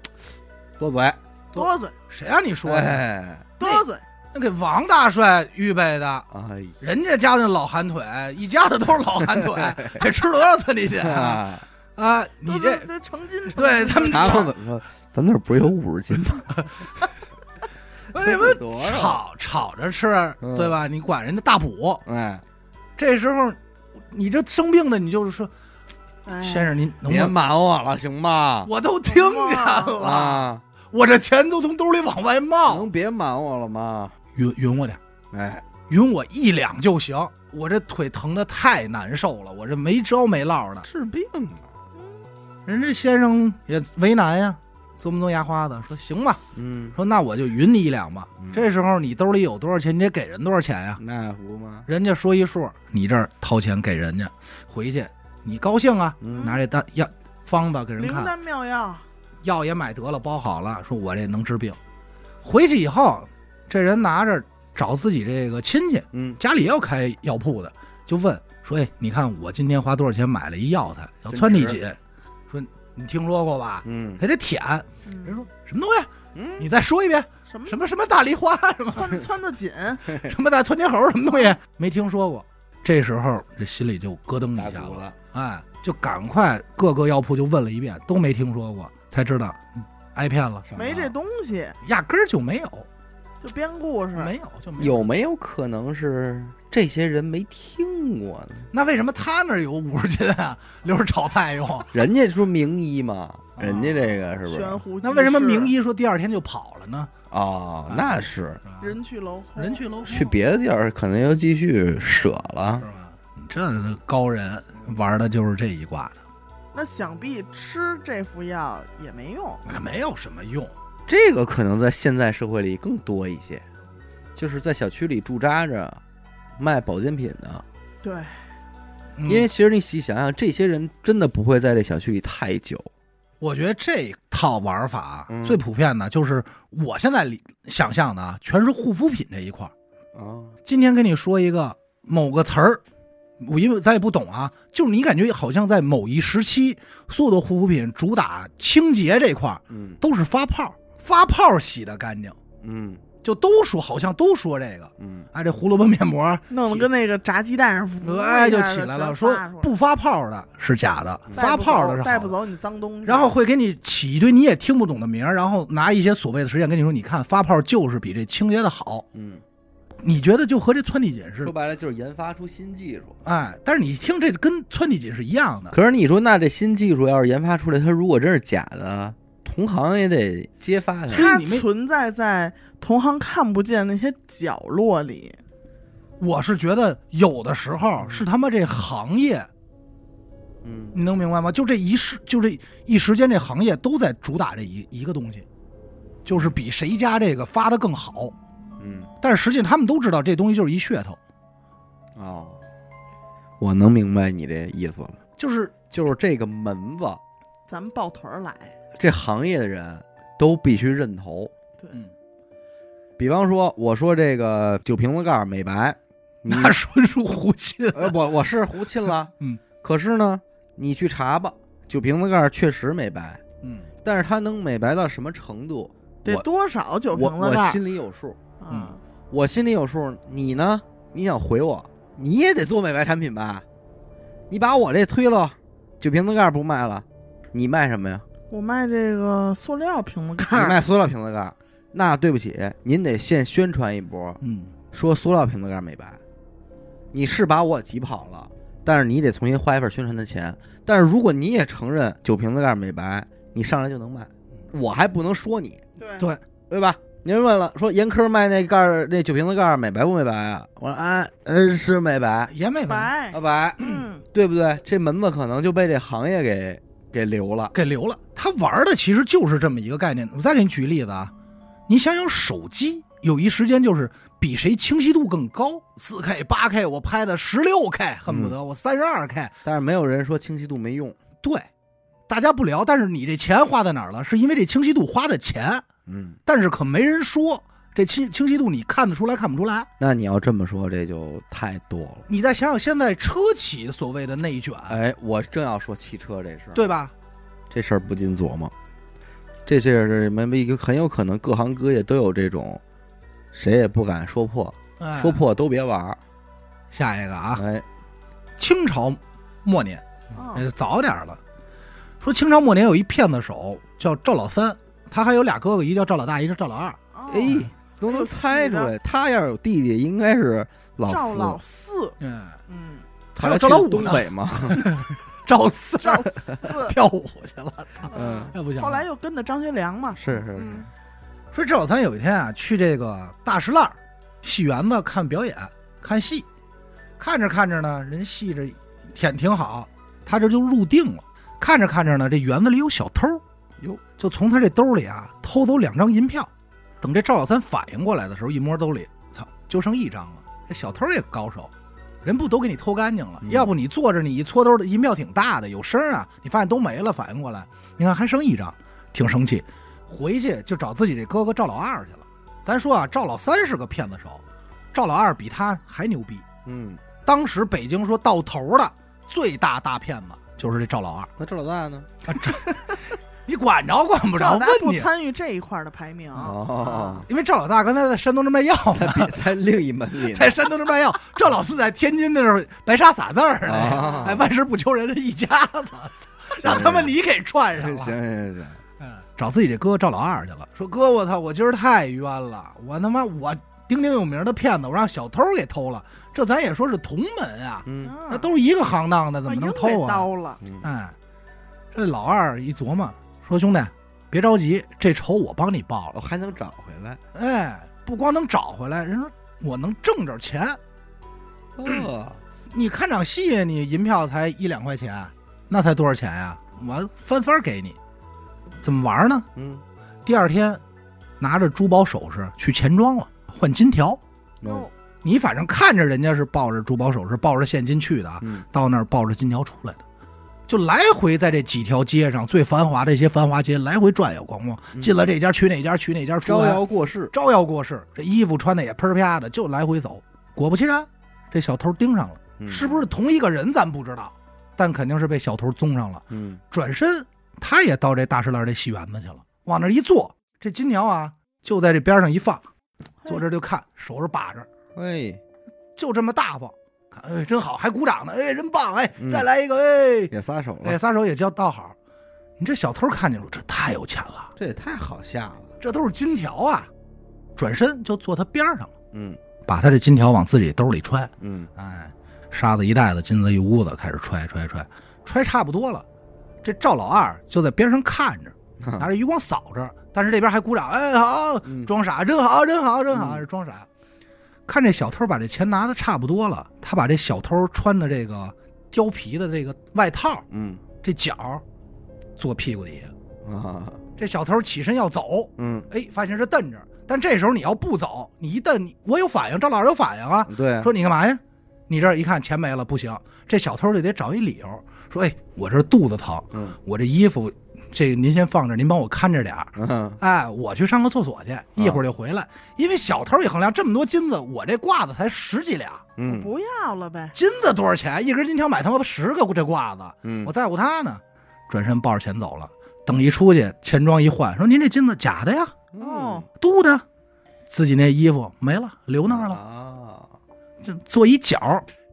Speaker 4: 多嘴，
Speaker 3: 多嘴
Speaker 2: 谁让你说的？
Speaker 4: 哎，
Speaker 3: 多嘴，
Speaker 2: 那给王大帅预备的，
Speaker 4: 哎
Speaker 2: 人家家那老寒腿，一家子都是老寒腿，得吃多少窜地锦啊？
Speaker 4: 呀，
Speaker 2: 啊，你 这
Speaker 3: 多嘴得成斤成斤
Speaker 2: 对他们
Speaker 4: 茶房怎么说？咱那儿不是有五十斤吗？
Speaker 2: 为什么
Speaker 4: 多少？
Speaker 2: 吵吵着吃，
Speaker 4: 嗯
Speaker 2: 对吧？你管人家大补，
Speaker 4: 哎，
Speaker 2: 这时候你这生病的，你就是说，
Speaker 3: 哎
Speaker 2: 先生您能不
Speaker 4: 别
Speaker 2: 能？
Speaker 4: 瞒我了，行吗？
Speaker 2: 我都听见了，
Speaker 4: 啊，
Speaker 2: 我这钱都从兜里往外冒，
Speaker 4: 能别瞒我了吗？
Speaker 2: 匀匀我点儿，
Speaker 4: 哎，
Speaker 2: 匀我一两就行。我这腿疼的太难受了，我这没招没落的。
Speaker 4: 治病啊呢。
Speaker 2: 人这先生也为难呀，嘬不嘬牙花子，说行吧，
Speaker 4: 嗯，
Speaker 2: 说那我就匀你一两吧。
Speaker 4: 嗯
Speaker 2: 这时候你兜里有多少钱，你得给人多少钱呀？
Speaker 4: 那不吗？
Speaker 2: 人家说一数，你这儿掏钱给人家，回去你高兴啊，
Speaker 4: 嗯
Speaker 2: 拿这单药方子给人
Speaker 3: 灵
Speaker 2: 看，
Speaker 3: 丹妙药，
Speaker 2: 药也买得了，包好了，说我这能治病。回去以后，这人拿着找自己这个亲戚，
Speaker 4: 嗯
Speaker 2: 家里也有开药铺的，就问说：“哎，你看我今天花多少钱买了一药材，叫
Speaker 4: 真
Speaker 2: 川地
Speaker 4: 值
Speaker 2: 锦，说你听说过吧？
Speaker 4: 嗯
Speaker 2: 还得舔。”人
Speaker 3: 嗯
Speaker 2: 说什么东西？啊
Speaker 4: 嗯，
Speaker 2: 你再说一遍，
Speaker 3: 什么
Speaker 2: 什么什么大梨花，什么
Speaker 3: 撺撺 的紧，
Speaker 2: 什么大窜天猴，什么东西没听说过。这时候这心里就咯噔
Speaker 4: 打
Speaker 2: 一下
Speaker 4: 鼓
Speaker 2: 了，
Speaker 4: 了，
Speaker 2: 哎，就赶快各个药铺就问了一遍，都没听说过，才知道嗯挨骗了，
Speaker 4: 上
Speaker 3: 没这
Speaker 4: 当
Speaker 3: 东西
Speaker 2: 压根儿就没有，
Speaker 3: 就编故事，
Speaker 2: 没有就没
Speaker 4: 有。没有可能是这些人没听过呢？
Speaker 2: 那为什么他那儿有五十斤啊，留着炒菜用？
Speaker 4: 人家说名医嘛，人家这个是不是啊
Speaker 3: 悬壶济
Speaker 2: 那为什么
Speaker 3: 世
Speaker 2: 名医说第二天就跑了呢？
Speaker 4: 哦，那是
Speaker 2: 是吧
Speaker 3: 人去楼空
Speaker 2: 人去楼空
Speaker 4: 去别的地儿可能要继续舍
Speaker 2: 是
Speaker 4: 了。
Speaker 2: 吧？你这高人玩的就是这一卦
Speaker 3: 那想必吃这副药也没用，
Speaker 2: 的，没有什么用。
Speaker 4: 这个可能在现在社会里更多一些，就是在小区里驻扎着卖保健品的，
Speaker 3: 对，
Speaker 2: 嗯
Speaker 4: 因为其实你细想想，这些人真的不会在这小区里太久。
Speaker 2: 我觉得这套玩法啊
Speaker 4: 嗯
Speaker 2: 最普遍的就是我现在理想象的啊，全是护肤品这一块儿。
Speaker 4: 啊，
Speaker 2: 今天跟你说一个某个词儿，我因为咱也不懂啊，就是你感觉好像在某一时期，所有的护肤品主打清洁这块儿
Speaker 4: 嗯
Speaker 2: 都是发泡，发泡洗的干净，
Speaker 4: 嗯
Speaker 2: 就都说好像都说这个。
Speaker 4: 嗯，
Speaker 2: 哎，这胡萝卜面膜，
Speaker 3: 弄得
Speaker 2: 起
Speaker 3: 跟那个炸鸡蛋似的，
Speaker 2: 哎，就起来了。说不发泡的是假的，
Speaker 4: 嗯
Speaker 2: 发泡的是
Speaker 3: 带
Speaker 2: 好
Speaker 3: 不
Speaker 2: 的。
Speaker 3: 走你脏东西，
Speaker 2: 然后会给你起一堆你也听不懂的名儿，然后拿一些所谓的实验跟你说，你看发泡就是比这清洁的好，
Speaker 4: 嗯，
Speaker 2: 你觉得就和这窜地锦似
Speaker 4: 说
Speaker 2: 的，
Speaker 4: 白了就是研发出新技术。
Speaker 2: 哎，但是你一听这跟窜地锦是一样的，
Speaker 4: 可是你说，那这新技术要是研发出来，它如果真是假的，同行也得揭发它。
Speaker 2: 所以
Speaker 3: 它
Speaker 2: 你没
Speaker 3: 存在在同行看不见那些角落里，
Speaker 2: 我是觉得有的时候是他妈这行业，
Speaker 4: 嗯
Speaker 2: 你能明白吗？就这一时，就这一时间，这行业都在主打这一一个东西，就是比谁家这个发的更好，
Speaker 4: 嗯
Speaker 2: 但是实际他们都知道这东西就是一噱头，
Speaker 4: 哦，我能明白你这意思了，
Speaker 2: 就是
Speaker 4: 就是这个门子，
Speaker 3: 咱们抱团儿来，
Speaker 4: 这行业的人都必须认头。
Speaker 2: 嗯，
Speaker 4: 比方说，我说这个酒瓶子盖儿美白，你
Speaker 2: 那纯属胡信。
Speaker 4: 呃，我我是胡沁了，
Speaker 2: 嗯，
Speaker 4: 可是呢，你去查吧，酒瓶子盖儿确实美白，
Speaker 2: 嗯，
Speaker 4: 但是它能美白到什么程度，
Speaker 3: 得
Speaker 4: 我
Speaker 3: 多少酒
Speaker 4: 我
Speaker 3: 瓶子
Speaker 4: 我
Speaker 3: 盖
Speaker 4: 心里嗯有数。
Speaker 3: 啊？
Speaker 4: 我心里有数，你呢？你想回我，你也得做美白产品吧？你把我这推了，酒瓶子盖儿不卖了，你卖什么呀？
Speaker 3: 我卖这个塑料瓶子盖
Speaker 4: 你
Speaker 3: 儿，
Speaker 4: 卖塑料瓶子盖儿？那对不起，您得先宣传一波，
Speaker 2: 嗯，
Speaker 4: 说塑料瓶子盖儿美白。你是把我挤跑了，但是你得重新花一份宣传的钱。但是如果你也承认酒瓶子盖儿美白，你上来就能卖，我还不能说你，
Speaker 3: 对
Speaker 2: 对
Speaker 4: 对吧？您问了，说严科卖那盖儿那酒瓶子盖儿美白不美白啊？我说啊，嗯，是美白，
Speaker 2: 也没白
Speaker 3: 白
Speaker 4: 啊，白，
Speaker 3: 嗯，
Speaker 4: 对不对？这门子可能就被这行业给给留了。
Speaker 2: 给留了。他玩的其实就是这么一个概念。我再给你举例子啊，你想想手机，有一时间就是比谁清晰度更高，四 K、八 K，我拍的十六 K，恨不得我三十二 K。
Speaker 4: 但是没有人说清晰度没用，
Speaker 2: 对，大家不聊，但是你这钱花在哪儿了？是因为这清晰度花的钱，
Speaker 4: 嗯，
Speaker 2: 但是可没人说这清清晰度你看得出来看不出来。
Speaker 4: 那你要这么说，这就太多了。
Speaker 2: 你再想想现在车企所谓的内卷，
Speaker 4: 哎，我正要说汽车这事儿，
Speaker 2: 对吧？
Speaker 4: 这事儿不禁琢磨，这事儿是没没很有可能各行各业都有这种，谁也不敢说破，
Speaker 2: 哎
Speaker 4: 说破都别玩儿。
Speaker 2: 下一个啊，
Speaker 4: 哎，
Speaker 2: 清朝末年。
Speaker 4: 嗯
Speaker 3: 啊
Speaker 2: 呃，早点儿了。说清朝末年有一骗子手叫赵老三，他还有俩哥哥，一叫赵老大，一叫赵老二。
Speaker 3: 哦
Speaker 4: 哎，都能猜出
Speaker 3: 哎
Speaker 4: 来，他要是有弟弟，应该是老
Speaker 3: 赵
Speaker 4: 四
Speaker 3: 老四，
Speaker 2: 嗯，
Speaker 3: 嗯，
Speaker 4: 他
Speaker 2: 还有
Speaker 4: 要
Speaker 2: 赵老
Speaker 4: 去
Speaker 2: 五
Speaker 4: 东
Speaker 2: 呢
Speaker 4: 北嘛。
Speaker 2: 赵四
Speaker 3: 赵四，
Speaker 2: 跳舞去了，
Speaker 4: 嗯，
Speaker 2: 那不行。
Speaker 3: 后来又跟着张学良嘛，
Speaker 4: 是是是
Speaker 3: 嗯，
Speaker 2: 说赵老三有一天啊，去这个大石烂儿戏园子看表演，看戏，看着看着呢，人戏这挺挺好，他这就入定了。看着看着呢，这园子里有小偷，
Speaker 4: 哟，
Speaker 2: 就从他这兜里啊偷走两张银票。等这赵小三反应过来的时候，一摸兜里，操，就剩一张了。这小偷也高手，人不都给你偷干净了？
Speaker 4: 嗯
Speaker 2: 要不你坐着，你一搓兜的银票挺大的，有声儿啊，你发现都没了，反应过来，你看还剩一张，挺生气，回去就找自己这哥哥赵老二去了。咱说啊，赵老三是个骗子手，赵老二比他还牛逼。
Speaker 4: 嗯，
Speaker 2: 当时北京说到头的最大大骗子就是这赵老二，
Speaker 4: 那赵老大呢？
Speaker 2: 你管着管不着？
Speaker 3: 赵大
Speaker 2: 问
Speaker 3: 不
Speaker 2: 你，
Speaker 3: 参与这一块儿的排名，
Speaker 4: 啊哦，
Speaker 2: 因为赵老大刚才在山东这卖药
Speaker 4: 在
Speaker 2: 呢，
Speaker 4: 别啊 在另一门里呢
Speaker 2: 在山东这卖 药。赵老四在天津那是白沙撒字儿呢，
Speaker 4: 啊
Speaker 2: 哎，万事不求人这一家子，让他们你给串 上
Speaker 4: 行
Speaker 2: 了。
Speaker 4: 行行，
Speaker 2: 嗯，找自己这哥赵老二去了，说哥，我操，我今儿太冤了，我他妈我鼎鼎有名的骗子，我让小偷给偷了，这咱也说是同门啊，
Speaker 4: 嗯
Speaker 2: 那都是一个行当的，怎么
Speaker 3: 把鹰
Speaker 2: 能
Speaker 3: 给
Speaker 2: 偷啊？
Speaker 3: 刀了，
Speaker 4: 嗯
Speaker 2: 哎，这老二一琢磨，说兄弟，别着急，这仇我帮你报
Speaker 4: 我
Speaker 2: 了，
Speaker 4: 还能找回来。
Speaker 2: 哎，不光能找回来，人说我能挣点钱，
Speaker 4: 哦，
Speaker 2: 你看场戏，你银票才一两块钱，那才多少钱呀、我翻番儿给你，怎么玩呢？
Speaker 4: 嗯，
Speaker 2: 第二天拿着珠宝首饰去钱庄了，换金条。
Speaker 4: 哦，
Speaker 2: 你反正看着人家是抱着珠宝首饰、抱着现金去的啊，
Speaker 4: 嗯
Speaker 2: 到那儿抱着金条出来的，就来回在这几条街上最繁华的一些繁华街来回转悠逛逛，
Speaker 4: 嗯
Speaker 2: 进了这家去那家去那家，出
Speaker 4: 招
Speaker 2: 来
Speaker 4: 摇过市。
Speaker 2: 招摇过市，这衣服穿的也喷儿啪的，就来回走。果不其然，这小偷盯上了，
Speaker 4: 嗯
Speaker 2: 是不是同一个人咱不知道，但肯定是被小偷踪上了。
Speaker 4: 嗯
Speaker 2: 转身，他也到这大石栏这戏园子去了，往那儿一坐，这金条啊就在这边上一放，坐这儿就看，手是把着，
Speaker 4: 哎，
Speaker 2: 就这么大方，看哎真好，还鼓掌呢，哎真棒，哎
Speaker 4: 嗯
Speaker 2: 再来一个，哎
Speaker 4: 也撒手
Speaker 2: 哎
Speaker 4: 了，
Speaker 2: 撒手也叫道好。你这小偷看见说这太有钱了，
Speaker 4: 这也太好下了。
Speaker 2: 这都是金条啊，转身就坐他边上了，
Speaker 4: 嗯
Speaker 2: 把他这金条往自己兜里揣，
Speaker 4: 嗯
Speaker 2: 哎，沙子一袋子，金子一屋子，开始揣揣揣，揣差不多了，这赵老二就在边上看着。拿着余光扫着，但是这边还鼓掌，哎，好，
Speaker 4: 嗯
Speaker 2: 装傻，真好，真好，真好，
Speaker 4: 嗯
Speaker 2: 是装傻。看这小偷把这钱拿的差不多了，他把这小偷穿的这个貂皮的这个外套，
Speaker 4: 嗯
Speaker 2: 这脚坐屁股底下。
Speaker 4: 啊
Speaker 2: 这小偷起身要走，
Speaker 4: 嗯，
Speaker 2: 哎，发现是蹬着，但这时候你要不走，你一蹬，你我有反应，赵老师有反应啊，
Speaker 4: 对啊，
Speaker 2: 说你干嘛呀？你这儿一看钱没了，不行，这小偷就得找一理由，说，哎，我这肚子疼，
Speaker 4: 嗯
Speaker 2: 我这衣服，这个您先放这儿，您帮我看着点儿。
Speaker 4: 嗯
Speaker 2: 哎，我去上个厕所去，一会儿就回来。因为小偷也衡量这么多金子，我这褂子才十几两，
Speaker 3: 我
Speaker 4: 嗯
Speaker 3: 不要了呗，
Speaker 2: 金子多少钱？一根金条买他妈十个这褂子，
Speaker 4: 嗯，
Speaker 2: 我在乎它呢。转身抱着钱走了。等一出去，钱庄一换，说您这金子假的呀，
Speaker 4: 嗯
Speaker 3: 哦，
Speaker 2: 镀的。自己那衣服没了，留那
Speaker 4: 啊
Speaker 2: 儿了，
Speaker 4: 了。
Speaker 2: 就做一角。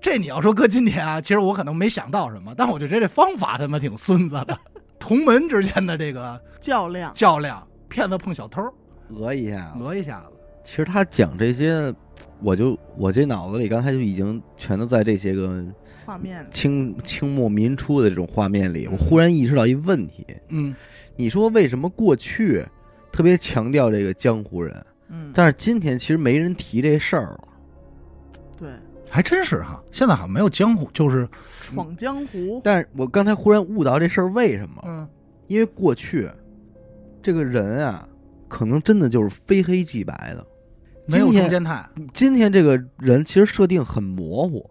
Speaker 2: 这你要说搁今天啊，其实我可能没想到什么，但我就觉得这方法他妈挺孙子的，同门之间的这个
Speaker 3: 较量，
Speaker 2: 较量，骗子碰小偷，
Speaker 4: 讹一下子，
Speaker 2: 讹一下子。
Speaker 4: 其实他讲这些，我就我这脑子里刚才就已经全都在这些个
Speaker 3: 画面
Speaker 4: 清清末民初的这种画面里，我忽然意识到一问题：
Speaker 2: 嗯，
Speaker 4: 你说为什么过去特别强调这个江湖人，
Speaker 3: 嗯，
Speaker 4: 但是今天其实没人提这事儿了？
Speaker 3: 对，
Speaker 2: 还真是哈，现在好像没有江湖，就是
Speaker 3: 闯江湖，
Speaker 4: 但是我刚才忽然悟到这事儿为什么？
Speaker 2: 嗯
Speaker 4: 因为过去这个人啊，可能真的就是非黑即白的。
Speaker 2: 没有
Speaker 4: 今天
Speaker 2: 中间态，
Speaker 4: 今天这个人其实设定很模糊。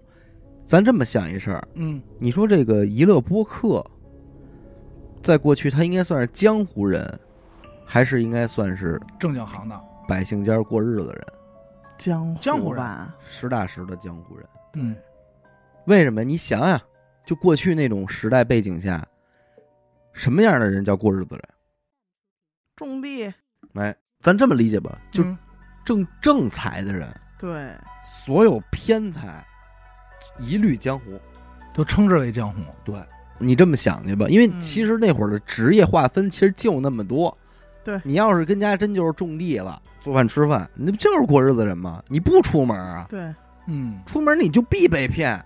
Speaker 4: 咱这么想一事儿，
Speaker 2: 嗯
Speaker 4: 你说这个娱乐播客，在过去他应该算是江湖人，还是应该算是
Speaker 2: 正经行当，
Speaker 4: 百姓家过日子的人？
Speaker 3: 江
Speaker 2: 江湖
Speaker 3: 湖
Speaker 2: 人
Speaker 3: 吧，
Speaker 4: 实打实的江湖人。
Speaker 2: 嗯
Speaker 4: 为什么？你想想，就过去那种时代背景下，什么样的人叫过日子人？
Speaker 3: 种地，
Speaker 4: 哎，咱这么理解吧，就
Speaker 2: 嗯
Speaker 4: 正正财的人，
Speaker 3: 对，
Speaker 4: 所有偏财一律江湖。
Speaker 2: 就称之为江湖，
Speaker 4: 对，你这么想去吧，因为
Speaker 3: 嗯
Speaker 4: 其实那会儿的职业划分其实就那么多。
Speaker 3: 对
Speaker 4: 你要是跟家真就是种地了，做饭吃饭，你不就是过日子人吗？你不出门啊，
Speaker 3: 对，
Speaker 2: 嗯，
Speaker 4: 出门你就必被骗，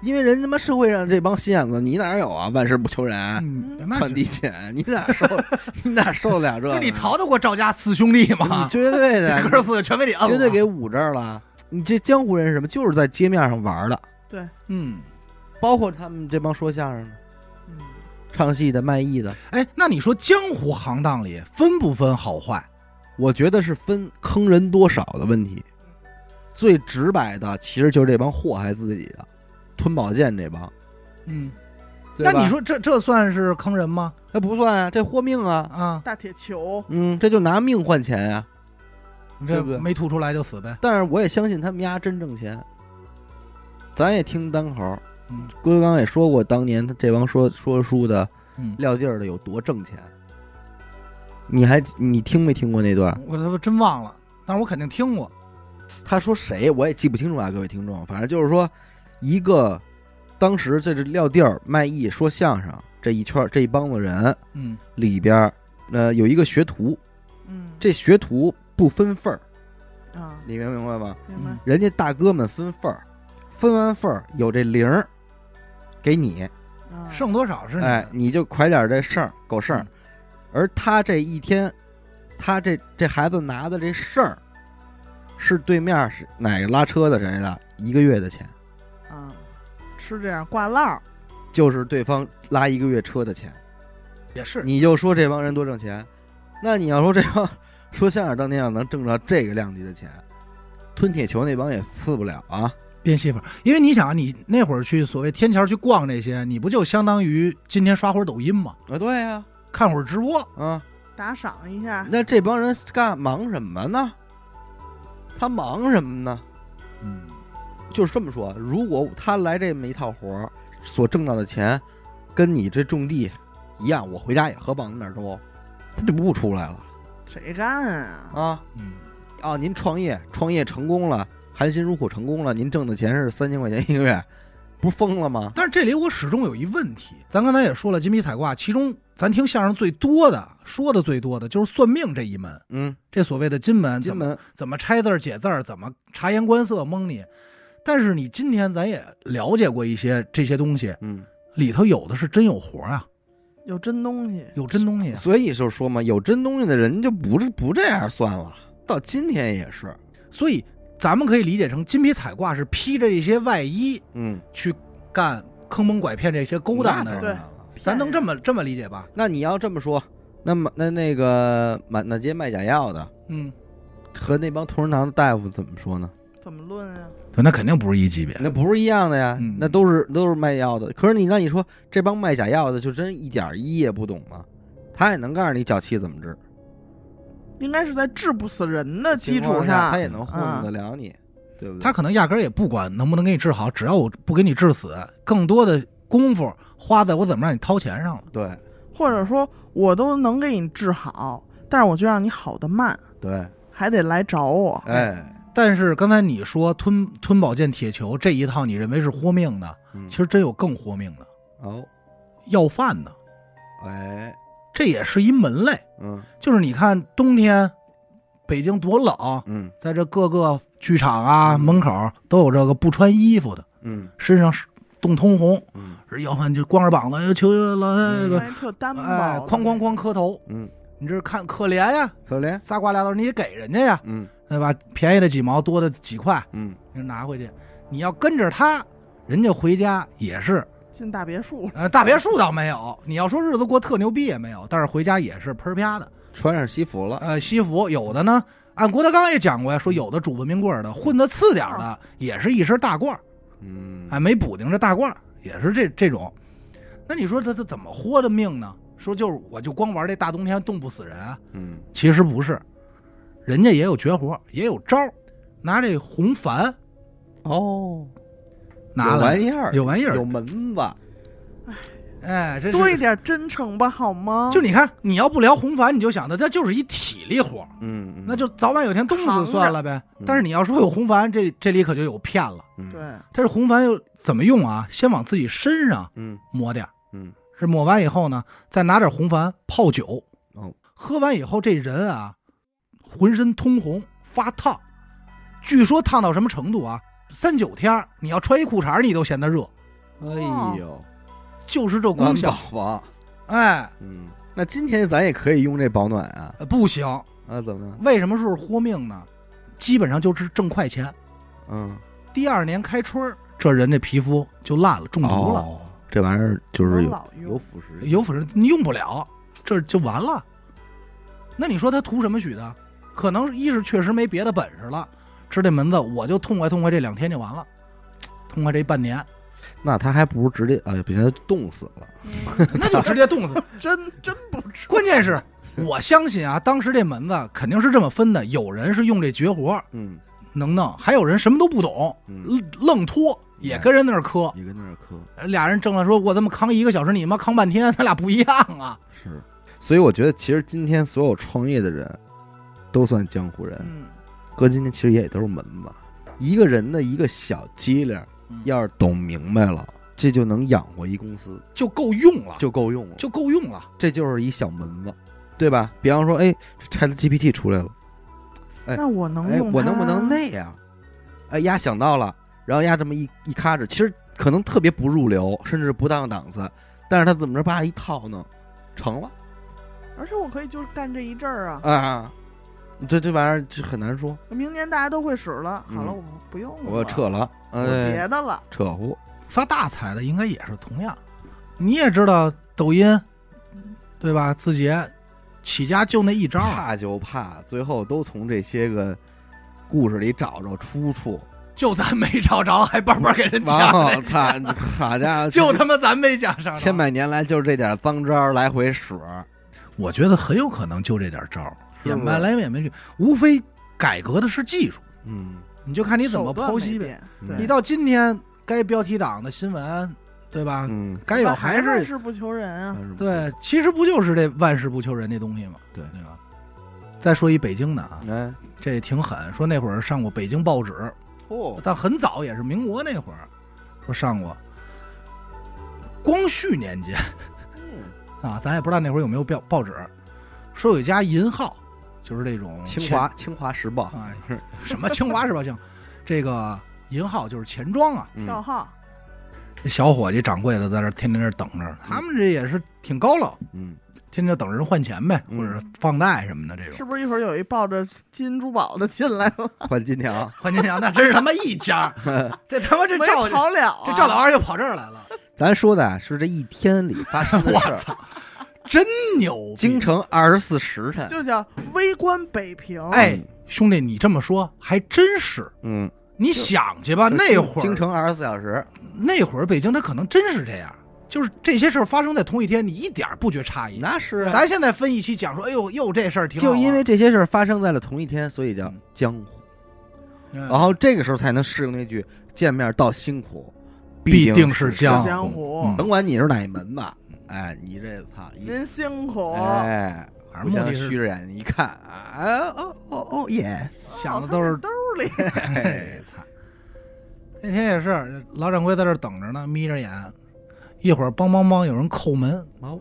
Speaker 4: 因为人他妈社会上这帮心眼子，你哪有啊？万事不求人，
Speaker 2: 嗯那
Speaker 4: 传递钱，你哪 受？你哪受得了这
Speaker 2: 就
Speaker 4: 个？
Speaker 2: 是你逃得过赵家四兄弟
Speaker 4: 你
Speaker 2: 吗？
Speaker 4: 绝对的，
Speaker 2: 哥啊四个全给你摁
Speaker 4: 绝
Speaker 2: 了，
Speaker 4: 对给捂这儿了。你这江湖人是什么？就是在街面上玩的，
Speaker 2: 嗯。
Speaker 4: 包括他们这帮说相声的、
Speaker 3: 嗯，
Speaker 4: 唱戏的、卖艺的，
Speaker 2: 哎，那你说江湖行当里分不分好坏？
Speaker 4: 我觉得是分坑人多少的问题。最直白的，其实就是这帮祸害自己的，吞宝剑这帮。
Speaker 2: 嗯，
Speaker 4: 对
Speaker 2: 那
Speaker 4: 吧
Speaker 2: 你，说这这算是坑人吗？
Speaker 4: 那不算啊，这豁命啊，
Speaker 2: 啊，
Speaker 3: 大铁球，
Speaker 4: 嗯，这就拿命换钱呀、
Speaker 2: 你
Speaker 4: 对
Speaker 2: 这
Speaker 4: 不对
Speaker 2: 没吐出来就死呗。
Speaker 4: 但是我也相信他们家真挣钱。咱也听单口儿，
Speaker 2: 嗯
Speaker 4: 郭德纲也说过，当年他这帮说说书的
Speaker 2: 嗯，
Speaker 4: 撂地儿的有多挣钱。你还你听没听过那段？
Speaker 2: 我他妈真忘了，但是我肯定听过。
Speaker 4: 他说谁我也记不清楚啊，各位听众，反正就是说一个当时这是撂地儿卖艺说相声这一圈儿这一帮子人
Speaker 2: 嗯
Speaker 4: 里边儿，呃，有一个学徒，
Speaker 3: 嗯，
Speaker 4: 这学徒不分份儿，
Speaker 3: 啊，
Speaker 4: 你明明白吗？
Speaker 3: 明白
Speaker 2: 嗯。
Speaker 4: 人家大哥们分份儿，分完份儿有这零儿给你，
Speaker 3: 啊
Speaker 2: 剩多少是你
Speaker 4: 嗯
Speaker 2: 的
Speaker 4: 哎，你就快点儿这剩儿狗剩儿
Speaker 2: 嗯。
Speaker 4: 而他这一天，他这这孩子拿的这剩儿，是对面儿是哪个拉车的谁的一个月的钱，
Speaker 3: 啊，吃这样挂烙儿，
Speaker 4: 就是对方拉一个月车的钱。
Speaker 2: 也是，
Speaker 4: 你就说这帮人多挣钱，那你要说这帮说相声当年要能挣着这个量级的钱，吞铁球那帮也次不了啊。
Speaker 2: 变戏法。因为你想啊，你那会儿去所谓天桥去逛这些，你不就相当于今天刷会儿抖音吗？
Speaker 4: 啊，对呀、
Speaker 2: 看会儿直播，
Speaker 4: 啊，
Speaker 3: 打赏一下，
Speaker 4: 那这帮人干忙什么呢？他忙什么呢？
Speaker 2: 嗯，
Speaker 4: 就是这么说，如果他来这么一套活儿，所挣到的钱，跟你这种地一样，我回家也喝棒子面粥，他就不出来了
Speaker 3: 谁干啊？
Speaker 4: 啊
Speaker 2: 嗯，
Speaker 4: 啊！您创业，创业成功了，含辛茹苦成功了，您挣的钱是三千块钱一个月，不疯了吗？
Speaker 2: 但是这里我始终有一问题，咱刚才也说了金皮彩卦，其中咱听相声最多的、说的最多的就是算命这一门，
Speaker 4: 嗯，
Speaker 2: 这所谓的金门，
Speaker 4: 金
Speaker 2: 怎么
Speaker 4: 门
Speaker 2: 怎么拆字儿解字儿，怎么察言观色蒙你。但是你今天咱也了解过一些这些东西，
Speaker 4: 嗯，
Speaker 2: 里头有的是真有活儿啊，
Speaker 3: 有真东西，
Speaker 2: 有真东西、啊。
Speaker 4: 所以就说嘛，有真东西的人就不是不这样算了，到今天也是，
Speaker 2: 所以咱们可以理解成金皮彩卦是披着一些外衣
Speaker 4: 嗯，
Speaker 2: 去干坑蒙拐骗这些勾当
Speaker 4: 那当
Speaker 2: 的人，
Speaker 3: 对
Speaker 4: 然了。
Speaker 2: 咱能这么这么理解吧？
Speaker 4: 那你要这么说，那么那那个满大街卖假药的
Speaker 2: 嗯，
Speaker 4: 和那帮同仁堂的大夫怎么说呢？
Speaker 3: 怎么论啊？
Speaker 2: 对，那肯定不是一级别。
Speaker 4: 那不是一样的呀，
Speaker 2: 嗯
Speaker 4: 那都是都是卖药的。可是你那你说这帮卖假药的就真一点医也不懂吗？他也能告诉你脚气怎么治，
Speaker 3: 应该是在治不死人的基
Speaker 4: 情
Speaker 3: 础
Speaker 4: 况下
Speaker 3: 上啊
Speaker 4: 他，也能糊弄得了你，对不对？
Speaker 2: 他可能压根儿也不管能不能给你治好，只要我不给你治死，更多的功夫花在我怎么让你掏钱上了。
Speaker 4: 对
Speaker 3: 或者说我都能给你治好，但是我就让你好的慢，
Speaker 4: 对，
Speaker 3: 还得来找我。
Speaker 4: 哎，
Speaker 2: 但是刚才你说吞吞宝剑、铁球这一套，你认为是豁命的，
Speaker 4: 嗯
Speaker 2: 其实真有更豁命的，
Speaker 4: 哦，
Speaker 2: 要饭的，
Speaker 4: 哎，
Speaker 2: 这也是一门类。
Speaker 4: 嗯
Speaker 2: 就是你看冬天，北京多冷，
Speaker 4: 嗯
Speaker 2: 在这各个剧场啊
Speaker 4: 嗯
Speaker 2: 门口都有这个不穿衣服的，
Speaker 4: 嗯
Speaker 2: 身上是冻通红，
Speaker 4: 嗯
Speaker 2: 要饭就光着膀子，哎求求老太
Speaker 4: 嗯
Speaker 2: 太
Speaker 3: 因
Speaker 2: 个，
Speaker 3: 为特单薄的，
Speaker 2: 哎，哐哐哐磕头，
Speaker 4: 嗯，
Speaker 2: 你这是看可怜呀，
Speaker 4: 可怜，
Speaker 2: 仨瓜俩枣你也给人家呀，
Speaker 4: 嗯
Speaker 2: 对吧？便宜的几毛，多的几块，
Speaker 4: 嗯，
Speaker 2: 你拿回去，你要跟着他，人家回家也是，
Speaker 3: 进大别墅，
Speaker 2: 呃，大别墅倒没有，你要说日子过特牛逼也没有，但是回家也是喷儿啪的。
Speaker 4: 穿上西服了，
Speaker 2: 呃，西服有的呢，按郭德纲也讲过呀，说有的煮文明棍儿的，混的次点儿的，也是一身大褂儿，
Speaker 4: 嗯
Speaker 2: 哎，没补丁这大褂儿也是这这种。那你说他他怎么豁的命呢？说就是我就光玩这大冬天冻不死人啊？
Speaker 4: 嗯，
Speaker 2: 其实不是，人家也有绝活，也有招儿，拿这红矾
Speaker 4: 哦，
Speaker 2: 拿
Speaker 4: 有
Speaker 2: 来
Speaker 4: 玩意儿，
Speaker 2: 有玩意儿
Speaker 4: 有门子。
Speaker 2: 哎，这是
Speaker 3: 多一点真诚吧，好吗？
Speaker 2: 就你看，你要不聊红矾，你就想到它就是一体力活儿，
Speaker 4: 嗯，嗯
Speaker 2: 那就早晚有一天冻死算了呗
Speaker 4: 嗯。
Speaker 2: 但是你要说有红矾，这这里可就有骗了。
Speaker 4: 嗯
Speaker 3: 对，
Speaker 2: 但是红矾又怎么用啊？先往自己身上
Speaker 4: 嗯
Speaker 2: 抹点儿，
Speaker 4: 嗯
Speaker 2: 是抹完以后呢，再拿点红矾泡酒，
Speaker 4: 哦，
Speaker 2: 喝完以后这人啊，浑身通红发烫，据说烫到什么程度啊？三九天儿你要穿一裤衩儿你都嫌它热，
Speaker 4: 哎呦，
Speaker 2: 就是这功
Speaker 4: 暖
Speaker 2: 效
Speaker 4: 宝。宝，
Speaker 2: 哎，
Speaker 4: 嗯，那今天咱也可以用这保暖啊
Speaker 2: 呃不行，
Speaker 4: 啊，怎么了？
Speaker 2: 为什么说是豁命呢？基本上就是挣快钱。
Speaker 4: 嗯，
Speaker 2: 第二年开春儿，这人这皮肤就烂了，中毒了，
Speaker 4: 哦，这玩意儿就是
Speaker 3: 老
Speaker 4: 有
Speaker 3: 用
Speaker 4: 有腐蚀，
Speaker 2: 有粉你用不了，这就完了。那你说他图什么许的？可能一是确实没别的本事了，吃这门子我就痛快痛快这两天就完了，痛快这半年。
Speaker 4: 那他还不如直接呃，不行，他冻死了。
Speaker 2: 那就直接冻死。
Speaker 3: 嗯真真不出。
Speaker 2: 关键是，我相信啊，当时这门子肯定是这么分的：有人是用这绝活
Speaker 4: 嗯
Speaker 2: 能弄，还有人什么都不懂，
Speaker 4: 嗯，
Speaker 2: 愣愣拖，也跟人那儿磕。
Speaker 4: 也跟那儿磕
Speaker 2: 俩人争了说，我他妈扛一个小时，你他妈扛半天，咱俩不一样啊！
Speaker 4: 是。所以我觉得，其实今天所有创业的人，都算江湖人。
Speaker 3: 嗯，
Speaker 4: 搁今天其实也都是门子。一个人的一个小机灵，
Speaker 3: 嗯
Speaker 4: 要是懂明白了，这就能养活一公司，
Speaker 2: 就够用了，就
Speaker 4: 就够用了。
Speaker 2: 就够用了。
Speaker 4: 这就是一小门子，对吧？比方说，哎，这 Chat GPT 出来了，哎
Speaker 3: 那我能
Speaker 4: 哎，
Speaker 3: 用
Speaker 4: 我能
Speaker 3: 它
Speaker 4: 不
Speaker 3: 啊
Speaker 4: 能那样？哎，丫想到了，然后丫这么一一咔哧，其实可能特别不入流，甚至不当档次，但是他怎么着把一套呢，成了
Speaker 3: 而且我可以就是干这一阵儿啊，
Speaker 4: 啊！这这玩意儿这很难说，
Speaker 3: 明年大家都会使了。好了，
Speaker 4: 嗯
Speaker 3: 我不用了，
Speaker 4: 我撤了，
Speaker 3: 我
Speaker 4: 哎，
Speaker 3: 别的了。
Speaker 4: 扯呼，
Speaker 2: 发大财的应该也是同样。你也知道抖音，对吧？字节起家就那一招啊，
Speaker 4: 怕就怕最后都从这些个故事里找着出处。
Speaker 2: 就咱没找着，还叭叭给人
Speaker 4: 哇
Speaker 2: 讲，
Speaker 4: 我操，好家伙，
Speaker 2: 就他妈咱没讲上。
Speaker 4: 千百年来就是这点脏招儿来回使，
Speaker 2: 我觉得很有可能就这点招儿，
Speaker 4: 是
Speaker 2: 也
Speaker 4: 吗
Speaker 2: 没来也没去，无非改革的是技术，
Speaker 4: 嗯，
Speaker 2: 你就看你怎么
Speaker 3: 手段
Speaker 2: 剖
Speaker 3: 没
Speaker 2: 析呗。
Speaker 3: 变？
Speaker 4: 嗯
Speaker 3: 对
Speaker 2: 你到今天该标题党的新闻，对吧？
Speaker 4: 嗯，
Speaker 2: 该有
Speaker 3: 但
Speaker 2: 还
Speaker 3: 万
Speaker 2: 是
Speaker 3: 事不求人啊。
Speaker 2: 啊对，其实不就是这万事不求人这东西嘛，
Speaker 4: 对
Speaker 2: 对吧？再说一北京的啊，
Speaker 4: 哎，
Speaker 2: 这也挺狠。说那会儿上过北京报纸，
Speaker 4: 嚯，
Speaker 2: 但很早也是民国那会儿，说上过。光绪年间啊，咱也不知道那会儿有没有报报纸，说有一家银号，就是这种
Speaker 4: 清
Speaker 2: 钱
Speaker 4: 华清华时报，
Speaker 2: 啊，什么清华是吧？清，这个银号就是钱庄啊。
Speaker 4: 嗯
Speaker 3: 盗号，
Speaker 2: 这小伙计掌柜的在那儿天天那儿等着，他们这也是挺高冷，
Speaker 4: 嗯，
Speaker 2: 天天就等着人换钱呗，或
Speaker 4: 嗯
Speaker 2: 者是放贷什么的这种。
Speaker 3: 是不是一会儿有一抱着金珠宝的进来了？
Speaker 4: 换金 条，
Speaker 2: 换钱娘那真是他妈一家儿， 这他妈这
Speaker 3: 没
Speaker 2: 赵
Speaker 3: 跑了啊，
Speaker 2: 这赵老二又跑这儿来了，
Speaker 4: 咱说的啊是这一天里发生 的事
Speaker 2: 我
Speaker 4: 儿，
Speaker 2: 操，真牛
Speaker 4: 京
Speaker 2: 逼！
Speaker 4: 城二十四时辰，
Speaker 3: 就叫微观北平。
Speaker 2: 哎，兄弟，你这么说还真是，
Speaker 4: 嗯，
Speaker 2: 你想去吧，
Speaker 4: 就
Speaker 2: 啊那
Speaker 4: 京
Speaker 2: 会
Speaker 4: 京
Speaker 2: 儿
Speaker 4: 城二十四小时，
Speaker 2: 那会儿北京它可能真是这样，就是这些事儿发生在同一天，你一点儿不觉诧异。
Speaker 4: 那是啊，
Speaker 2: 咱现在分一期讲说，哎呦，哟这事儿挺好
Speaker 4: 就
Speaker 2: 玩
Speaker 4: 因为这些事儿发生在了同一天，所以叫
Speaker 2: 嗯
Speaker 4: 江湖，
Speaker 2: 嗯
Speaker 4: 然后这个时候才能适应那句见面道辛苦，
Speaker 2: 必
Speaker 4: 定
Speaker 2: 定是
Speaker 3: 江
Speaker 2: 江
Speaker 3: 湖
Speaker 2: 湖，嗯
Speaker 4: 甭管你是哪一门的，哎，你这操一
Speaker 3: 您辛苦，
Speaker 4: 哎，
Speaker 2: 反
Speaker 4: 互
Speaker 2: 嗯哦正目
Speaker 4: 相
Speaker 2: 的
Speaker 4: 虚
Speaker 2: 是
Speaker 4: 着眼睛一看啊，哎哦哦哦，yes，
Speaker 2: 想的都是
Speaker 3: 哦往他兜里。
Speaker 4: 哎操，
Speaker 2: 那天也是，老掌柜在这儿等着呢，眯着眼，一会儿梆梆梆有人叩门，
Speaker 4: 猫，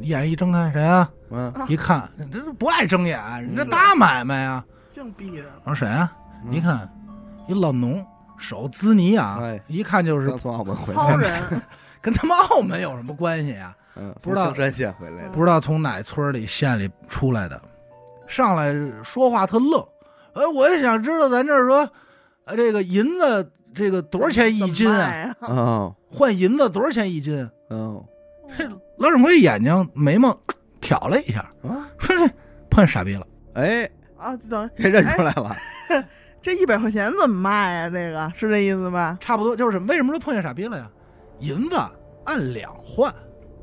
Speaker 2: 眼一睁开，谁啊？
Speaker 4: 嗯，
Speaker 2: 一看，这是不爱睁眼，人家大买卖啊呀、
Speaker 3: 净闭着 了，
Speaker 2: 我说谁啊？
Speaker 4: 嗯
Speaker 2: 一看，一老农，手滋泥啊
Speaker 4: 哎，
Speaker 2: 一看就是
Speaker 4: 刚从澳门回
Speaker 3: 糙
Speaker 4: 来，
Speaker 3: 人，
Speaker 2: 跟他们澳门有什么关系呀、
Speaker 4: 嗯，
Speaker 2: 不知道
Speaker 4: 从香山县回来的，
Speaker 2: 不知道从哪村里县里出来的，上来说话特愣，哎，我也想知道咱这儿说，呃，这个银子这个多少钱一斤
Speaker 3: 怎
Speaker 2: 啊？
Speaker 3: 么卖啊？
Speaker 4: 哦，
Speaker 2: 换银子多少钱一斤？
Speaker 4: 哦，
Speaker 2: 这老掌柜眼睛眉毛挑了一下，
Speaker 4: 啊
Speaker 2: 说这碰见傻逼了。
Speaker 4: 哎，
Speaker 3: 啊，就等于
Speaker 4: 给认出来了，
Speaker 2: 哎
Speaker 3: 这一百块钱怎么卖呀？这个是这意思吧？
Speaker 2: 差不多就是为什么说碰见傻逼了呀？银子按两换，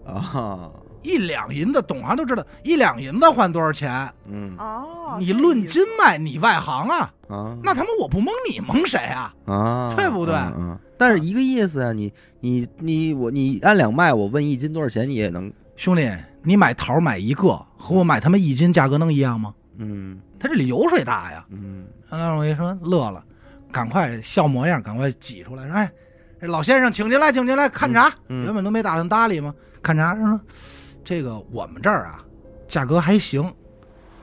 Speaker 4: 啊，
Speaker 2: 一两银子，懂行都知道，一两银子换多少钱？
Speaker 4: 嗯
Speaker 3: 哦，
Speaker 2: 你
Speaker 3: 这
Speaker 2: 论
Speaker 3: 意思
Speaker 2: 斤卖，你外行啊！
Speaker 4: 啊，
Speaker 2: 那他妈我不蒙你，蒙谁啊？
Speaker 4: 啊，
Speaker 2: 对不对
Speaker 4: 嗯嗯，但是一个意思啊，你你你我你按两卖，我问一斤多少钱，你也能，
Speaker 2: 兄弟，你买桃买一个和我买他妈一斤价格能一样吗？
Speaker 4: 嗯
Speaker 2: 他这里油水大呀！
Speaker 4: 嗯，
Speaker 2: 那我一说乐了，赶快笑模样，赶快挤出来说：“哎，这老先生，请进来，请进来看茶。
Speaker 4: 嗯嗯
Speaker 2: 原本都没打算搭理嘛，看茶人说：“这个我们这儿啊，价格还行，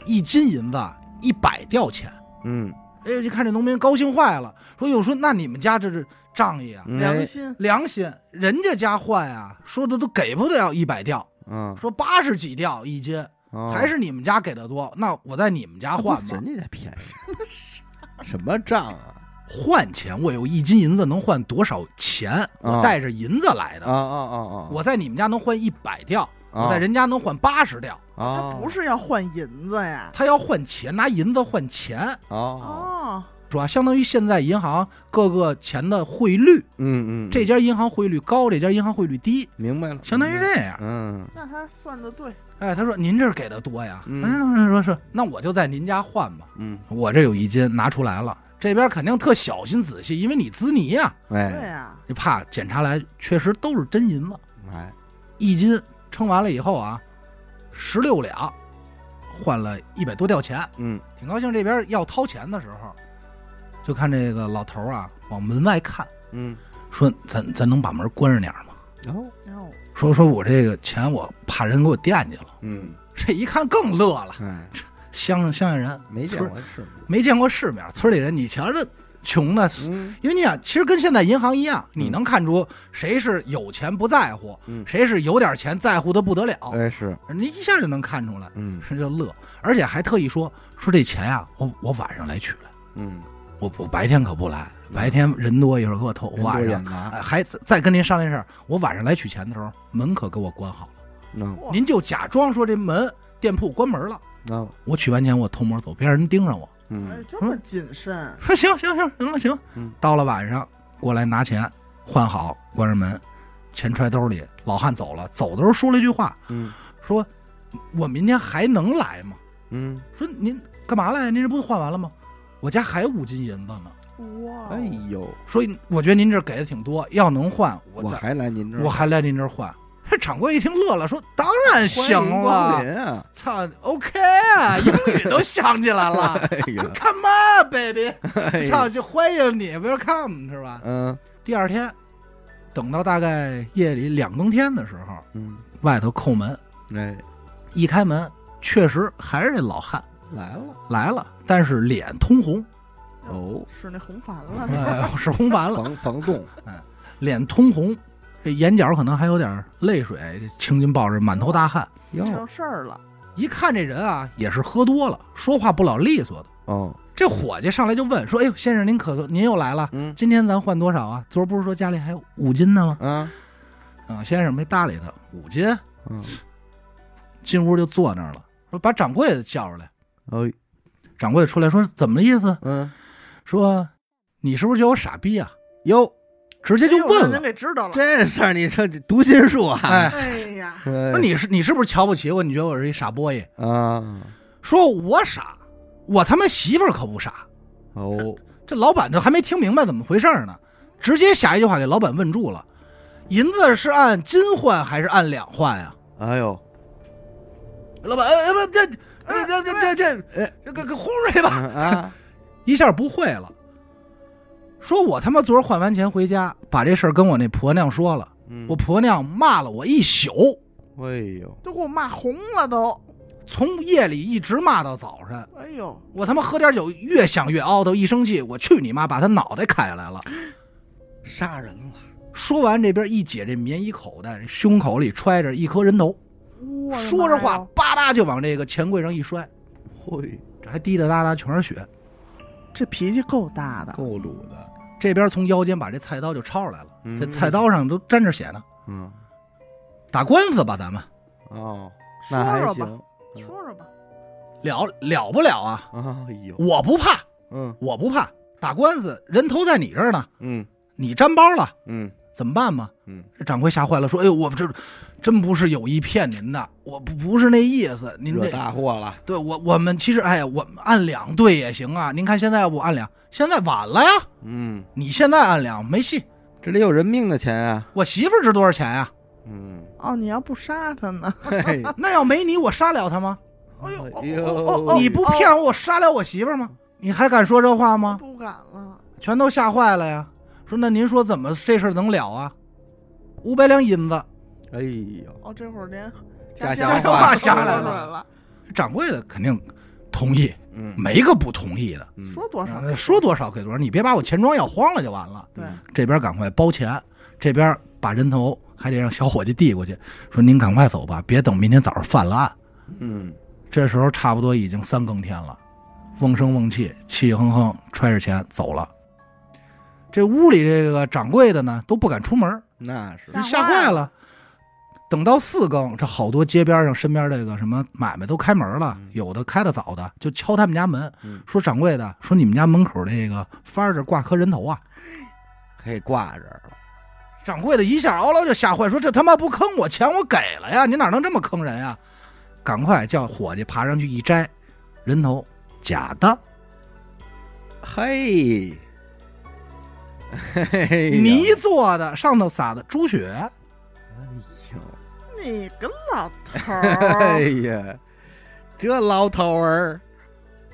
Speaker 2: 一斤银子一百吊钱。”
Speaker 4: 嗯，
Speaker 2: 哎呦，就看这农民高兴坏了，说：“哟，说那你们家这是仗义啊，
Speaker 4: 嗯
Speaker 3: 良，心，
Speaker 2: 良心，人家家坏啊，说的都给不了一百吊，
Speaker 4: 嗯，
Speaker 2: 说八十几吊一斤，
Speaker 4: 哦
Speaker 2: 还是你们家给的多，那我在你们家换吧
Speaker 4: 人。家才便宜， 什么账啊？
Speaker 2: 换钱，我有一斤银子能换多少钱？我
Speaker 4: 啊
Speaker 2: 带着银子来的，
Speaker 4: 啊啊啊啊！
Speaker 2: 我在你们家能换一百吊，
Speaker 4: 啊
Speaker 2: 我在人家能换八十吊。
Speaker 3: 他
Speaker 4: 啊，
Speaker 3: 不是要换银子呀？
Speaker 2: 他要换钱，拿银子换钱，
Speaker 4: 哦，
Speaker 3: 哦，
Speaker 2: 处啊，相当于现在银行各个钱的汇率，
Speaker 4: 嗯嗯，
Speaker 2: 这家银行汇率高，这家银行汇率低，
Speaker 4: 明白了，
Speaker 2: 相当于这样。
Speaker 4: 嗯，
Speaker 3: 那他算的对，
Speaker 2: 哎，他说您这儿给的多呀，
Speaker 4: 嗯
Speaker 2: 嗯，说是，那我就在您家换吧，
Speaker 4: 嗯
Speaker 2: 我这有一斤拿出来了，这边肯定特小心仔细，因为你滋泥呀、
Speaker 4: 嗯，哎
Speaker 3: 对啊，
Speaker 2: 你怕检查来确实都是真银子，
Speaker 4: 哎，
Speaker 2: 一斤称完了以后啊，十六两，换了一百多吊钱，
Speaker 4: 嗯
Speaker 2: 挺高兴。这边要掏钱的时候，就看这个老头儿啊往门外看，
Speaker 4: 嗯，
Speaker 2: 说咱咱能把门关上点儿吗？
Speaker 4: 然后
Speaker 3: 然后
Speaker 2: 说说我这个钱我怕人给我惦记了。
Speaker 4: 嗯，
Speaker 2: 这一看更乐了，
Speaker 4: 哎，
Speaker 2: 乡乡下人
Speaker 4: 没见
Speaker 2: 村儿
Speaker 4: 过是，
Speaker 2: 没见过世面，村里人你瞧这穷的。
Speaker 4: 嗯
Speaker 2: 因为你想，其实跟现在银行一样，你
Speaker 4: 嗯
Speaker 2: 能看出谁是有钱不在乎，
Speaker 4: 嗯
Speaker 2: 谁是有点钱在乎的不得了。
Speaker 4: 哎是，
Speaker 2: 人家一下就能看出来，
Speaker 4: 嗯
Speaker 2: 人就乐，而且还特意说说这钱啊，我我晚上来取来，
Speaker 4: 嗯，
Speaker 2: 我我白天可不来，白天人多，一会儿给我偷，我晚上。
Speaker 4: 上，
Speaker 2: 哎还再再跟您商量事儿，我晚上来取钱的时候，门可给我关好了，
Speaker 4: 那
Speaker 3: 哇
Speaker 2: 您就假装说这门店铺关门了，
Speaker 4: 那
Speaker 2: 我取完钱我偷摸走，别让人盯上我。
Speaker 3: 哎
Speaker 4: 嗯，
Speaker 3: 这么谨慎，
Speaker 2: 说行行行行了行
Speaker 4: 嗯，
Speaker 2: 到了晚上过来拿钱，换好关上门，钱揣兜里，老汉走了，走的时候说了一句话，
Speaker 4: 嗯
Speaker 2: 说我明天还能来吗？
Speaker 4: 嗯，
Speaker 2: 说您干嘛来呀？您这不换完了吗？我家还有五斤银子呢，
Speaker 3: 哇，
Speaker 4: 哎呦，
Speaker 2: 所以我觉得您这给的挺多，要能换我
Speaker 4: 我
Speaker 2: 再
Speaker 4: 还来您这儿，
Speaker 2: 我还来您这儿换。这掌柜一听乐了，说：“当然
Speaker 4: 欢
Speaker 2: 行
Speaker 4: 迎光
Speaker 2: 了，
Speaker 4: 临啊，
Speaker 2: 操，OK 啊，英语都想起 来了
Speaker 4: 哎呀，
Speaker 2: ，Come on baby，
Speaker 4: 哎呀
Speaker 2: 操，就欢迎你，Welcome 是吧？”
Speaker 4: 嗯
Speaker 2: 第二天，等到大概夜里两更天的时候，
Speaker 4: 嗯，
Speaker 2: 外头叩门，
Speaker 4: 哎
Speaker 2: 一开门，确实还是这老汉
Speaker 4: 来了，
Speaker 2: 来了，但是脸通红，
Speaker 4: 哦，
Speaker 3: 是那红矾了，
Speaker 2: 哎，是红 完了，
Speaker 4: 防防冻，
Speaker 2: 脸通红，这眼角可能还有点泪水，这青筋暴着，满头大汗。
Speaker 4: 哟
Speaker 3: 成事儿了，
Speaker 2: 一看这人啊，也是喝多了，说话不老利索的。
Speaker 4: 哦，
Speaker 2: 这伙计上来就问说：“哎呦，先生您可您又来了，
Speaker 4: 嗯
Speaker 2: 今天咱换多少啊？昨儿不是说家里还有五斤呢吗
Speaker 4: 啊，？”
Speaker 2: 啊，先生没搭理他，五斤，
Speaker 4: 嗯，
Speaker 2: 进屋就坐那儿了，说把掌柜的叫出来。
Speaker 4: 哦，
Speaker 2: 掌柜的出来说：“怎么意思？
Speaker 4: 嗯，
Speaker 2: 说你是不是觉得我傻逼啊
Speaker 4: 哟，？”
Speaker 2: 直接就
Speaker 3: 哎呦
Speaker 2: 问
Speaker 3: 那您
Speaker 2: 了，
Speaker 3: 给知道了，
Speaker 4: 这事儿你这读心术啊，
Speaker 2: 哎，
Speaker 3: 哎呀，
Speaker 2: 说
Speaker 4: 说
Speaker 2: 你是你是不是瞧不起我？你觉得我是一傻 boy？
Speaker 4: 啊，
Speaker 2: 说我傻，我他妈媳妇儿可不傻。
Speaker 4: 哦，
Speaker 2: 这老板这还没听明白怎么回事儿呢，直接下一句话给老板问住了：银子是按斤换还是按两换呀、
Speaker 4: 哎呦，
Speaker 2: 老板，呃，呃这这这这这
Speaker 3: 哎
Speaker 2: 这这个个轰瑞吧，
Speaker 4: 啊，
Speaker 2: 一下不会了。说我他妈昨儿换完钱回家，把这事儿跟我那婆娘说了，
Speaker 4: 嗯
Speaker 2: 我婆娘骂了我一宿，
Speaker 4: 哎呦，
Speaker 3: 都给我骂红了都，
Speaker 2: 从夜里一直骂到早晨。
Speaker 3: 哎呦，
Speaker 2: 我他妈喝点酒，越想越凹头，一生气，我去你妈，把他脑袋砍下来了。
Speaker 4: 杀人了，
Speaker 2: 说完，这边一解这棉衣口袋，这胸口里揣着一颗人头，
Speaker 3: 我的
Speaker 2: 说着
Speaker 3: 妈
Speaker 2: 话
Speaker 3: 哟，
Speaker 2: 吧嗒就往这个钱柜上一摔，
Speaker 4: 嘿，
Speaker 2: 这还滴滴答答全是血。
Speaker 3: 这脾气够大的，
Speaker 4: 够鲁的，
Speaker 2: 这边从腰间把这菜刀就抄出来了，
Speaker 4: 嗯
Speaker 2: 这菜刀上都沾着血呢。
Speaker 4: 嗯，
Speaker 2: 打官司吧，咱们
Speaker 4: 哦，
Speaker 3: 说
Speaker 4: 那还
Speaker 3: 说
Speaker 4: 行
Speaker 3: 吧，，说说吧，
Speaker 2: 了了不了啊？
Speaker 4: 哎呦，
Speaker 2: 我不怕，
Speaker 4: 嗯
Speaker 2: 我不怕，打官司人头在你这儿呢，
Speaker 4: 嗯
Speaker 2: 你沾包了
Speaker 4: 嗯
Speaker 2: 怎么办嘛？
Speaker 4: 嗯，
Speaker 2: 这掌柜吓坏了，说：“哎呦，我这真不是有意骗您的，我不不是那意思。您
Speaker 4: 惹
Speaker 2: 这
Speaker 4: 大祸了，
Speaker 2: 对我我们其实哎呀，我们按两对也行啊。您看现在我按两，现在晚了呀，
Speaker 4: 嗯，
Speaker 2: 你现在按两没戏。
Speaker 4: 这里有人命的钱啊，
Speaker 2: 我媳妇儿值多少钱呀、
Speaker 4: 嗯，
Speaker 3: 哦，你要不杀他呢？
Speaker 4: 嘿，
Speaker 2: 那要没你，我杀了她吗？
Speaker 3: 哎呦，哦
Speaker 4: 哎呦
Speaker 3: 哦哦
Speaker 2: 你不
Speaker 3: 哦
Speaker 2: 骗我，我杀了我媳妇儿吗？你还敢说这话吗？
Speaker 3: 不敢了，
Speaker 2: 全都吓坏了呀。说那您说怎么这事儿能了啊？五百两银子，
Speaker 4: 哎呦，
Speaker 3: 哦，这会儿连
Speaker 4: 家
Speaker 3: 乡
Speaker 4: 乡
Speaker 2: 话
Speaker 3: 想
Speaker 2: 想来
Speaker 3: 了
Speaker 2: 了，掌柜的肯定同意，
Speaker 4: 嗯，
Speaker 2: 没个不同意的。
Speaker 4: 嗯，嗯
Speaker 3: 说多少
Speaker 2: 呃说多少给多少，你别把我钱庄要荒了就完了。
Speaker 3: 对，
Speaker 2: 这边赶快包钱，这边把人头还得让小伙计递过去，说您赶快走吧，别等明天早上犯了案。
Speaker 4: 嗯，
Speaker 2: 这时候差不多已经三更天了，瓮声瓮气，气哼哼，揣着钱走了。这屋里这个掌柜的呢都不敢出门，
Speaker 4: 那是
Speaker 3: 吓坏了
Speaker 2: 吓坏了。等到四更，这好多街边上、身边这个什么买卖都开门了
Speaker 4: 嗯，
Speaker 2: 有的开的早的就敲他们家门
Speaker 4: 嗯，
Speaker 2: 说掌柜的，说你们家门口那个幡儿这挂颗人头啊。
Speaker 4: 可以挂着了。
Speaker 2: 掌柜的一下嗷嗷就吓坏，说这他妈不坑我，钱我给了呀，你哪能这么坑人呀？赶快叫伙计爬上去一摘，人头假的，
Speaker 4: 嘿，嘿嘿呀，
Speaker 2: 泥做的，上头撒的猪血。
Speaker 4: 哎
Speaker 3: 你个老
Speaker 4: 呦，
Speaker 3: 头
Speaker 4: 哎
Speaker 3: 儿，
Speaker 4: 呀，这老头儿，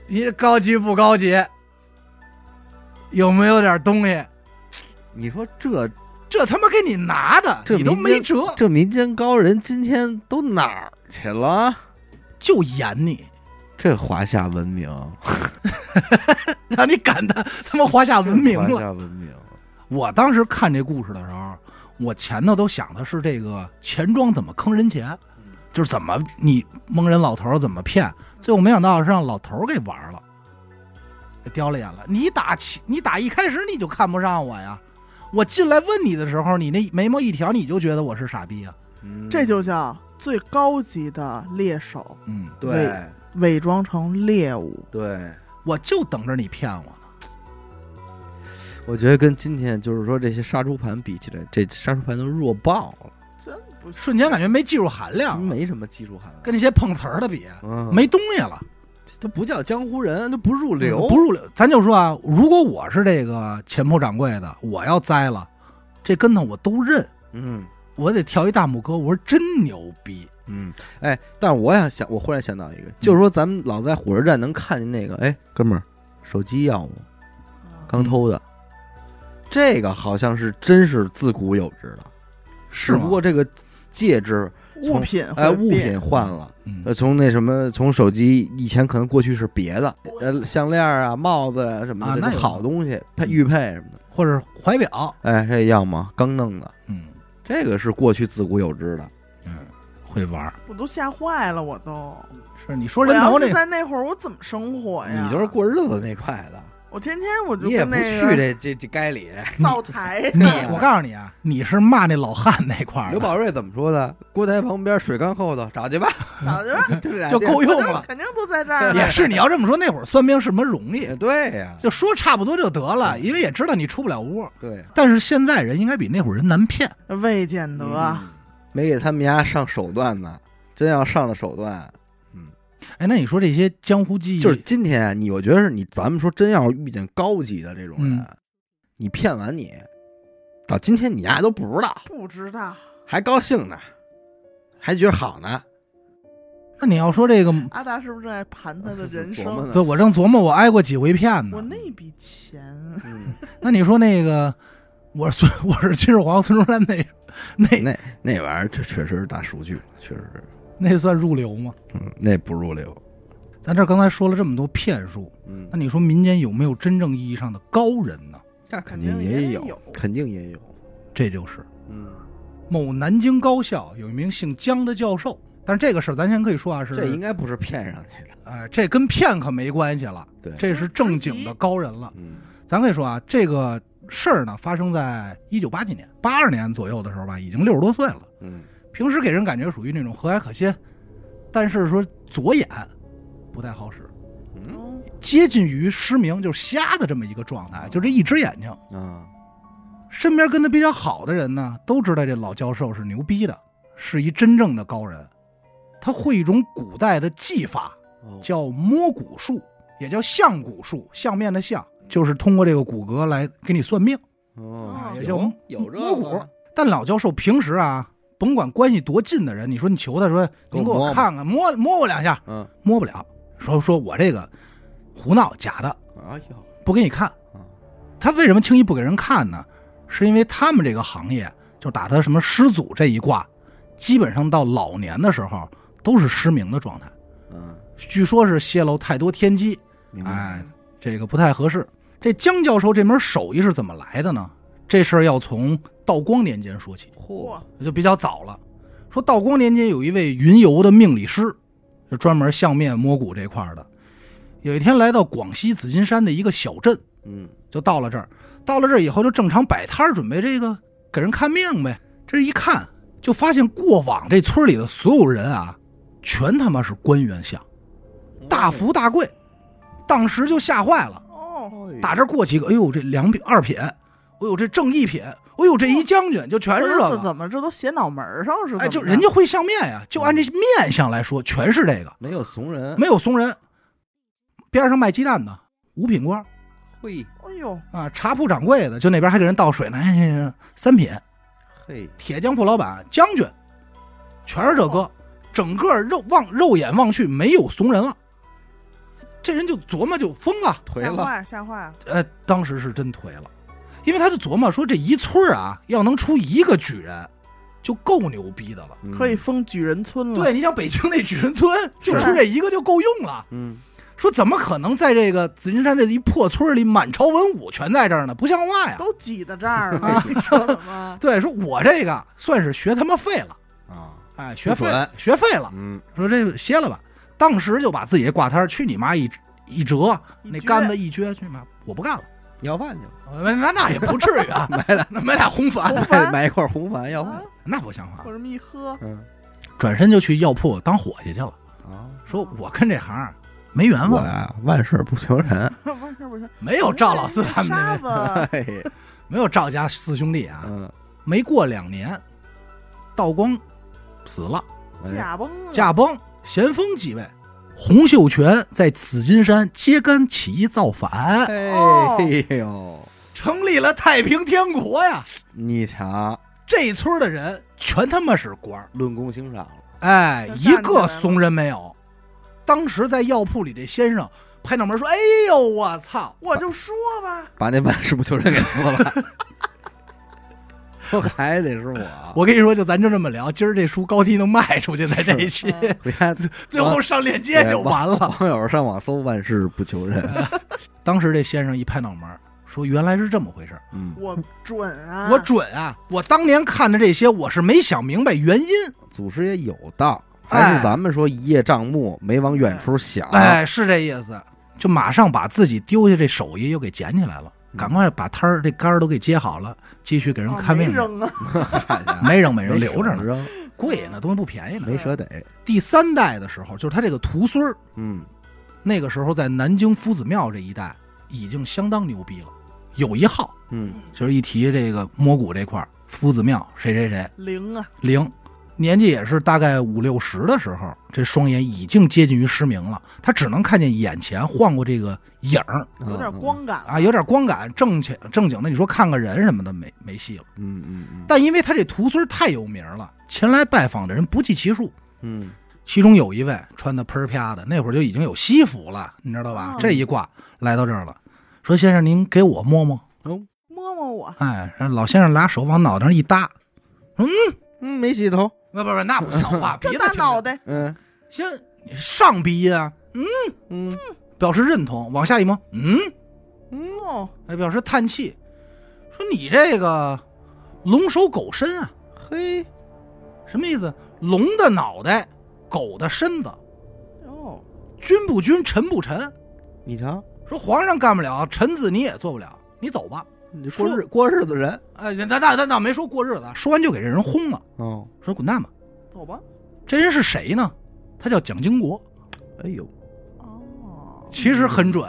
Speaker 2: 你高级不高级？有没有点东西？
Speaker 4: 你说这
Speaker 2: 这他妈给你拿的，
Speaker 4: 这
Speaker 2: 你都
Speaker 4: 民
Speaker 2: 没
Speaker 4: 间
Speaker 2: 辙，
Speaker 4: 这民间高人今天都哪儿去了？
Speaker 2: 就演你，
Speaker 4: 这华夏文明，
Speaker 2: 让你感叹他妈华夏文 明
Speaker 4: 华
Speaker 2: 了。
Speaker 4: 夏文明，
Speaker 2: 我当时看这故事的时候，我前头都想的是这个钱庄怎么坑人钱，就是怎么你蒙人老头儿怎么骗，最后没想到是让老头儿给玩了，给丢了眼了。你打起，你打一开始你就看不上我呀，我进来问你的时候，你那眉毛一挑，你就觉得我是傻逼啊。
Speaker 4: 嗯
Speaker 3: 这就叫最高级的猎手，
Speaker 2: 嗯，
Speaker 4: 对
Speaker 3: 伪装成猎物。
Speaker 4: 对。
Speaker 2: 我就等着你骗我呢。
Speaker 4: 我觉得跟今天就是说这些杀猪盘比起来，这杀猪盘都弱爆了，
Speaker 2: 瞬间感觉没技术含量，
Speaker 4: 没什么技术含量，
Speaker 2: 啊跟那些碰瓷儿的比，
Speaker 4: 嗯，
Speaker 2: 没东西了。
Speaker 4: 都不叫江湖人，都不入流，
Speaker 2: 嗯不入流。咱就说啊，如果我是这个前铺掌柜的，我要栽了，这跟头我都认，
Speaker 4: 嗯
Speaker 2: 我得跳一大拇哥。我说真牛逼，
Speaker 4: 嗯，哎，但是我想想，我忽然想到一
Speaker 2: 嗯
Speaker 4: 个，就是说咱们老在火车站能看见那个，哎，哥们儿，手机要吗？刚偷的，这个好像是真是自古有之的，
Speaker 2: 是
Speaker 4: 只不
Speaker 2: 吗？
Speaker 4: 过这个戒指，
Speaker 3: 物品会
Speaker 4: 哎，物
Speaker 3: 变
Speaker 4: 品换了。
Speaker 2: 嗯
Speaker 4: 呃，从那什么，从手机以前可能过去是别的，呃，项链啊、帽子啊什么
Speaker 2: 啊
Speaker 4: 的，
Speaker 2: 那
Speaker 4: 这
Speaker 2: 有
Speaker 4: 是好东西，它
Speaker 2: 嗯
Speaker 4: 玉佩什么的。
Speaker 2: 或者怀表，
Speaker 4: 哎，这要么刚弄的，
Speaker 2: 嗯
Speaker 4: 这个是过去自古有之的。
Speaker 2: 嗯，会玩儿。
Speaker 3: 我都吓坏了，我都。
Speaker 2: 是你
Speaker 3: 我
Speaker 2: 说人
Speaker 3: 要
Speaker 2: 头
Speaker 3: 是
Speaker 2: 这，
Speaker 3: 在那会儿，我怎么生活
Speaker 2: 哎
Speaker 3: 呀？
Speaker 4: 你就是过日子那块的，
Speaker 3: 我天天我就
Speaker 4: 你也
Speaker 3: 跟
Speaker 4: 不
Speaker 3: 那
Speaker 4: 去
Speaker 3: 个
Speaker 4: 这这这街里。
Speaker 3: 灶 台
Speaker 2: 你我告诉你啊，你是骂那老汉那块儿
Speaker 4: 刘
Speaker 2: 的，
Speaker 4: 宝瑞怎么说的？锅台旁边，水缸后头，找 去吧，
Speaker 3: 早就
Speaker 4: 就这俩
Speaker 2: 就
Speaker 4: 店
Speaker 2: 够用
Speaker 3: 我就
Speaker 2: 了。
Speaker 3: 肯定都在这儿
Speaker 2: 也
Speaker 3: 呢。
Speaker 2: 是你要这么说，那会儿算命是什么容易
Speaker 4: 哎，对呀，
Speaker 2: 就说差不多就得了，
Speaker 4: 嗯
Speaker 2: 因为也知道你出不了屋。
Speaker 4: 对呀，
Speaker 2: 但是现在人应该比那会儿人难骗。
Speaker 3: 未见得，啊
Speaker 4: 嗯没给他们家上手段呢。真要上了手段，
Speaker 2: 哎，那你说这些江湖技艺，
Speaker 4: 就是今天啊你，我觉得是你，咱们说真要遇见高级的这种人，你骗完你，到今天你丫都不知道，
Speaker 3: 不知道。
Speaker 4: 还高兴呢，还觉得好呢，
Speaker 2: 那你要说这
Speaker 4: 嗯
Speaker 2: 个
Speaker 3: 阿达是不是正在盘 他的人
Speaker 4: 琢磨
Speaker 3: 生？
Speaker 4: 呢
Speaker 2: 对，我正琢磨我挨过几回骗呢
Speaker 3: 我。那笔钱，
Speaker 4: 嗯
Speaker 2: 那你说那个，我是孙，我是秦始皇孙中山那那
Speaker 4: 那那玩意儿确确实是大数据，确实是，
Speaker 2: 那算入流吗？
Speaker 4: 嗯，那不入流，
Speaker 2: 咱这刚才说了这么多骗术，
Speaker 4: 嗯
Speaker 2: 那，你说民间有没有真正意义上的高人呢？
Speaker 4: 那
Speaker 3: 肯
Speaker 4: 肯
Speaker 3: 定
Speaker 4: 定
Speaker 3: 也
Speaker 4: 也
Speaker 3: 有
Speaker 4: 肯定也有，
Speaker 2: 这就是
Speaker 4: 嗯，
Speaker 2: 某南京高校有一名姓姜的教授，但是这个事儿咱先可以说啊，是
Speaker 4: 这应该不是骗上去的，
Speaker 2: 哎，这跟骗可没关系了，
Speaker 4: 对
Speaker 2: 这是正经的高人了。
Speaker 4: 嗯
Speaker 2: 咱可以说啊，这个事儿呢发生在一九八几年，八二年左右的时候吧，已经六十多岁了。
Speaker 4: 嗯，
Speaker 2: 平时给人感觉属于那种和蔼可亲，但是说左眼不太好使，
Speaker 4: 嗯
Speaker 2: 接近于失明，就是瞎的这么一个状态，就这一只眼睛。
Speaker 4: 啊，
Speaker 2: 身边跟他比较好的人呢，都知道这老教授是牛逼的，是一真正的高人。他会一种古代的技法，
Speaker 4: 哦
Speaker 2: 叫摸骨术，也叫相骨术，相面的相，就是通过这个骨骼来给你算命。
Speaker 4: 哦
Speaker 2: 也
Speaker 4: 有
Speaker 2: 就
Speaker 4: 有这
Speaker 2: 摸
Speaker 4: 个
Speaker 2: 骨，但老教授平时啊，甭管关系多近的人，你说你求他说，您
Speaker 4: 给
Speaker 2: 给
Speaker 4: 我摸
Speaker 2: 我
Speaker 4: 摸
Speaker 2: 看看，摸摸我两下，
Speaker 4: 嗯，
Speaker 2: 摸不了，说说我这个胡闹假的，
Speaker 4: 哎呦，
Speaker 2: 不给你看
Speaker 4: 嗯。
Speaker 2: 他为什么轻易不给人看呢？是因为他们这个行业，就打他什么师祖这一卦，基本上到老年的时候都是失明的状态，
Speaker 4: 嗯，
Speaker 2: 据说是泄露太多天机，
Speaker 4: 明白
Speaker 2: 哎，，这个不太合适。这江教授这门手艺是怎么来的呢？这事儿要从道光年间说起。
Speaker 4: 嚯，
Speaker 3: 哦
Speaker 2: 就比较早了。说道光年间有一位云游的命理师，就专门相面摸骨这块儿的。有一天来到广西紫金山的一个小镇，
Speaker 4: 嗯，
Speaker 2: 就到了这儿。到了这儿以后，就正常摆摊儿，准备这个给人看命呗。这一看，就发现过往这村里的所有人啊，全他妈是官员相，大富大贵，当时就吓坏了。
Speaker 3: 哦，
Speaker 2: 打这儿过几个，哎呦，这两品二品，哎呦，这正一品，哎呦，这一将军，就全是这
Speaker 3: 这
Speaker 2: 个。
Speaker 3: 怎么这都写脑门儿上是？
Speaker 2: 哎，就人家会相面呀，就按这面相来说，全是这个，
Speaker 4: 没有怂人，
Speaker 2: 没有怂人。边上卖鸡蛋的五品官
Speaker 4: 嘿
Speaker 3: 哎呦，
Speaker 2: 啊，茶铺掌柜的，就那边还给人倒水呢，哎这是三品，
Speaker 4: 嘿，
Speaker 2: 铁匠铺老板将军，全是这哥，整个肉望肉眼望去没有怂人了。这人就琢磨就疯了，
Speaker 4: 颓
Speaker 3: 吓
Speaker 4: 了，
Speaker 3: 坏吓坏了，
Speaker 2: 呃，当时是真颓了，因为他就琢磨说这一村儿啊，要能出一个举人，就够牛逼的了。
Speaker 4: 嗯
Speaker 3: 可以，封举人村了。
Speaker 2: 对，你像北京那举人村，就出这一个就够用了。
Speaker 4: 嗯，
Speaker 2: 说怎么可能在这个紫金山这一破村儿里满朝文武全在这儿呢？不像话呀！
Speaker 3: 都挤到这儿 了，你说怎么？
Speaker 2: 对，说我这个算是学他妈废了，
Speaker 4: 啊，
Speaker 2: 哎，学废
Speaker 4: 不准
Speaker 2: 学废了，
Speaker 4: 嗯，
Speaker 2: 说这个歇了吧。当时就把自己这挂摊儿去你妈一一折，那杆子一撅，去你妈，我不干了。呃
Speaker 4: 要饭去了，
Speaker 2: 那那也不至 于啊，买俩买俩红矾，
Speaker 3: 红
Speaker 4: 还得
Speaker 3: 矾
Speaker 4: 买一 块红矾要
Speaker 3: 啊
Speaker 4: 饭，
Speaker 2: 那不像话
Speaker 3: 往。这么一喝，
Speaker 4: 嗯，
Speaker 2: 转身就去药铺当伙计去了，
Speaker 4: 啊，
Speaker 2: 说我跟这行儿没缘
Speaker 4: 我
Speaker 2: 分，
Speaker 4: 呀，万事不求 人，
Speaker 3: 不是不是，
Speaker 2: 没有哎赵老四他们
Speaker 3: 沙
Speaker 2: 这，
Speaker 3: 子
Speaker 4: 嘿，
Speaker 2: 没有赵家四兄弟啊。
Speaker 4: 嗯，
Speaker 2: 没过两年，道光死了， 哎
Speaker 3: 驾崩了，
Speaker 2: 驾崩，咸丰继位，洪秀全在紫金山揭竿起义造反，
Speaker 4: 哎
Speaker 3: 哦
Speaker 4: 哎呦，
Speaker 2: 成立了太平天国呀。
Speaker 4: 你瞧，
Speaker 2: 这村儿的人全他妈是官儿，
Speaker 4: 论功行赏了，
Speaker 2: 哎，
Speaker 3: 都站
Speaker 2: 一
Speaker 3: 起来
Speaker 2: 个
Speaker 3: 了
Speaker 2: 怂人没有。当时在药铺里，这先生拍脑门说：“哎呦，我操！
Speaker 3: 我就说吧，
Speaker 4: 把那万事不求人给说了， 说还得是我，
Speaker 2: 我跟你说，就咱就这么聊，今儿这书高低能卖出去，在这一期，
Speaker 3: 嗯
Speaker 4: 我家
Speaker 2: 最后上链接就完了。
Speaker 4: 网友上网搜万事不求人，
Speaker 2: 当时这先生一拍脑门儿说：“原来是这么回事儿，
Speaker 4: 嗯，
Speaker 3: 我准啊，
Speaker 2: 我准啊！我当年看的这些，我是没想明白原因。
Speaker 4: 祖师爷有道，还
Speaker 2: 哎
Speaker 4: 是咱们说一叶障目，没往远处想，
Speaker 3: 啊
Speaker 2: 哎，是这意思。”就马上把自己丢下这手艺又给捡起来了，赶快把摊儿这杆儿都给接好了，继续给人
Speaker 3: 嗯哦
Speaker 2: 看
Speaker 3: 没
Speaker 2: 病去。
Speaker 3: 扔啊，
Speaker 4: 看一 下
Speaker 2: 没扔没
Speaker 4: 没
Speaker 2: 扔，留着
Speaker 4: 舍
Speaker 2: 呢，哎
Speaker 4: 扔，
Speaker 2: 贵呢，东西不便宜呢。
Speaker 4: 没舍得，
Speaker 2: 第三代的时候，就是他这个徒孙儿，
Speaker 4: 嗯，
Speaker 2: 那个时候在南京夫子庙这一带已经相当牛逼了，有一号。
Speaker 4: 嗯，
Speaker 2: 就是一提这个摸骨这块儿，夫子庙谁谁谁
Speaker 3: 零啊，
Speaker 2: 灵，年纪也是大概五六十的时候，这双眼已经接近于失明了，他只能看见眼前晃过这个影儿
Speaker 3: 有点
Speaker 4: 嗯，
Speaker 3: 光感了
Speaker 2: 啊，有点光感，正经正经的，你说看个人什么的没没戏了。
Speaker 4: 嗯嗯嗯
Speaker 2: 但因为他这徒孙太有名了，前来拜访的人不计其数。
Speaker 4: 嗯
Speaker 2: 其中有一位穿的喷儿啪的，那会儿就已经有西服了，你知道吧？
Speaker 3: 哦
Speaker 2: 这一挂来到这儿了，说先生您给我摸摸，
Speaker 4: 哦
Speaker 3: 摸摸我，
Speaker 2: 哎，让老先生拿手往脑袋上一搭，
Speaker 4: 嗯，没洗头，
Speaker 2: 不不不，那不像话，
Speaker 3: 这
Speaker 2: 鼻子
Speaker 3: 大
Speaker 2: 挺
Speaker 3: 脑袋，
Speaker 4: 嗯
Speaker 2: 先你上鼻音啊，
Speaker 4: 嗯
Speaker 2: 表示认同，往下一摸，嗯，
Speaker 3: 哦，
Speaker 2: 哎，表示叹气，说你这个龙首狗身啊，
Speaker 4: 嘿，
Speaker 2: 什么意思？龙的脑袋，狗的身子，
Speaker 3: 哦，
Speaker 2: 君不君，臣不臣。
Speaker 4: 你瞧，
Speaker 2: 说皇上干不了，臣子你也做不了，你走吧。
Speaker 4: 你过日过日子人，
Speaker 2: 哎，那那那那没说过日子啊，说完就给这人轰了，
Speaker 4: 哦，
Speaker 2: 说滚蛋吧。
Speaker 3: 走吧，
Speaker 2: 这人是谁呢？他叫蒋经国，
Speaker 4: 哎呦，
Speaker 3: 哦，
Speaker 2: 其实很准，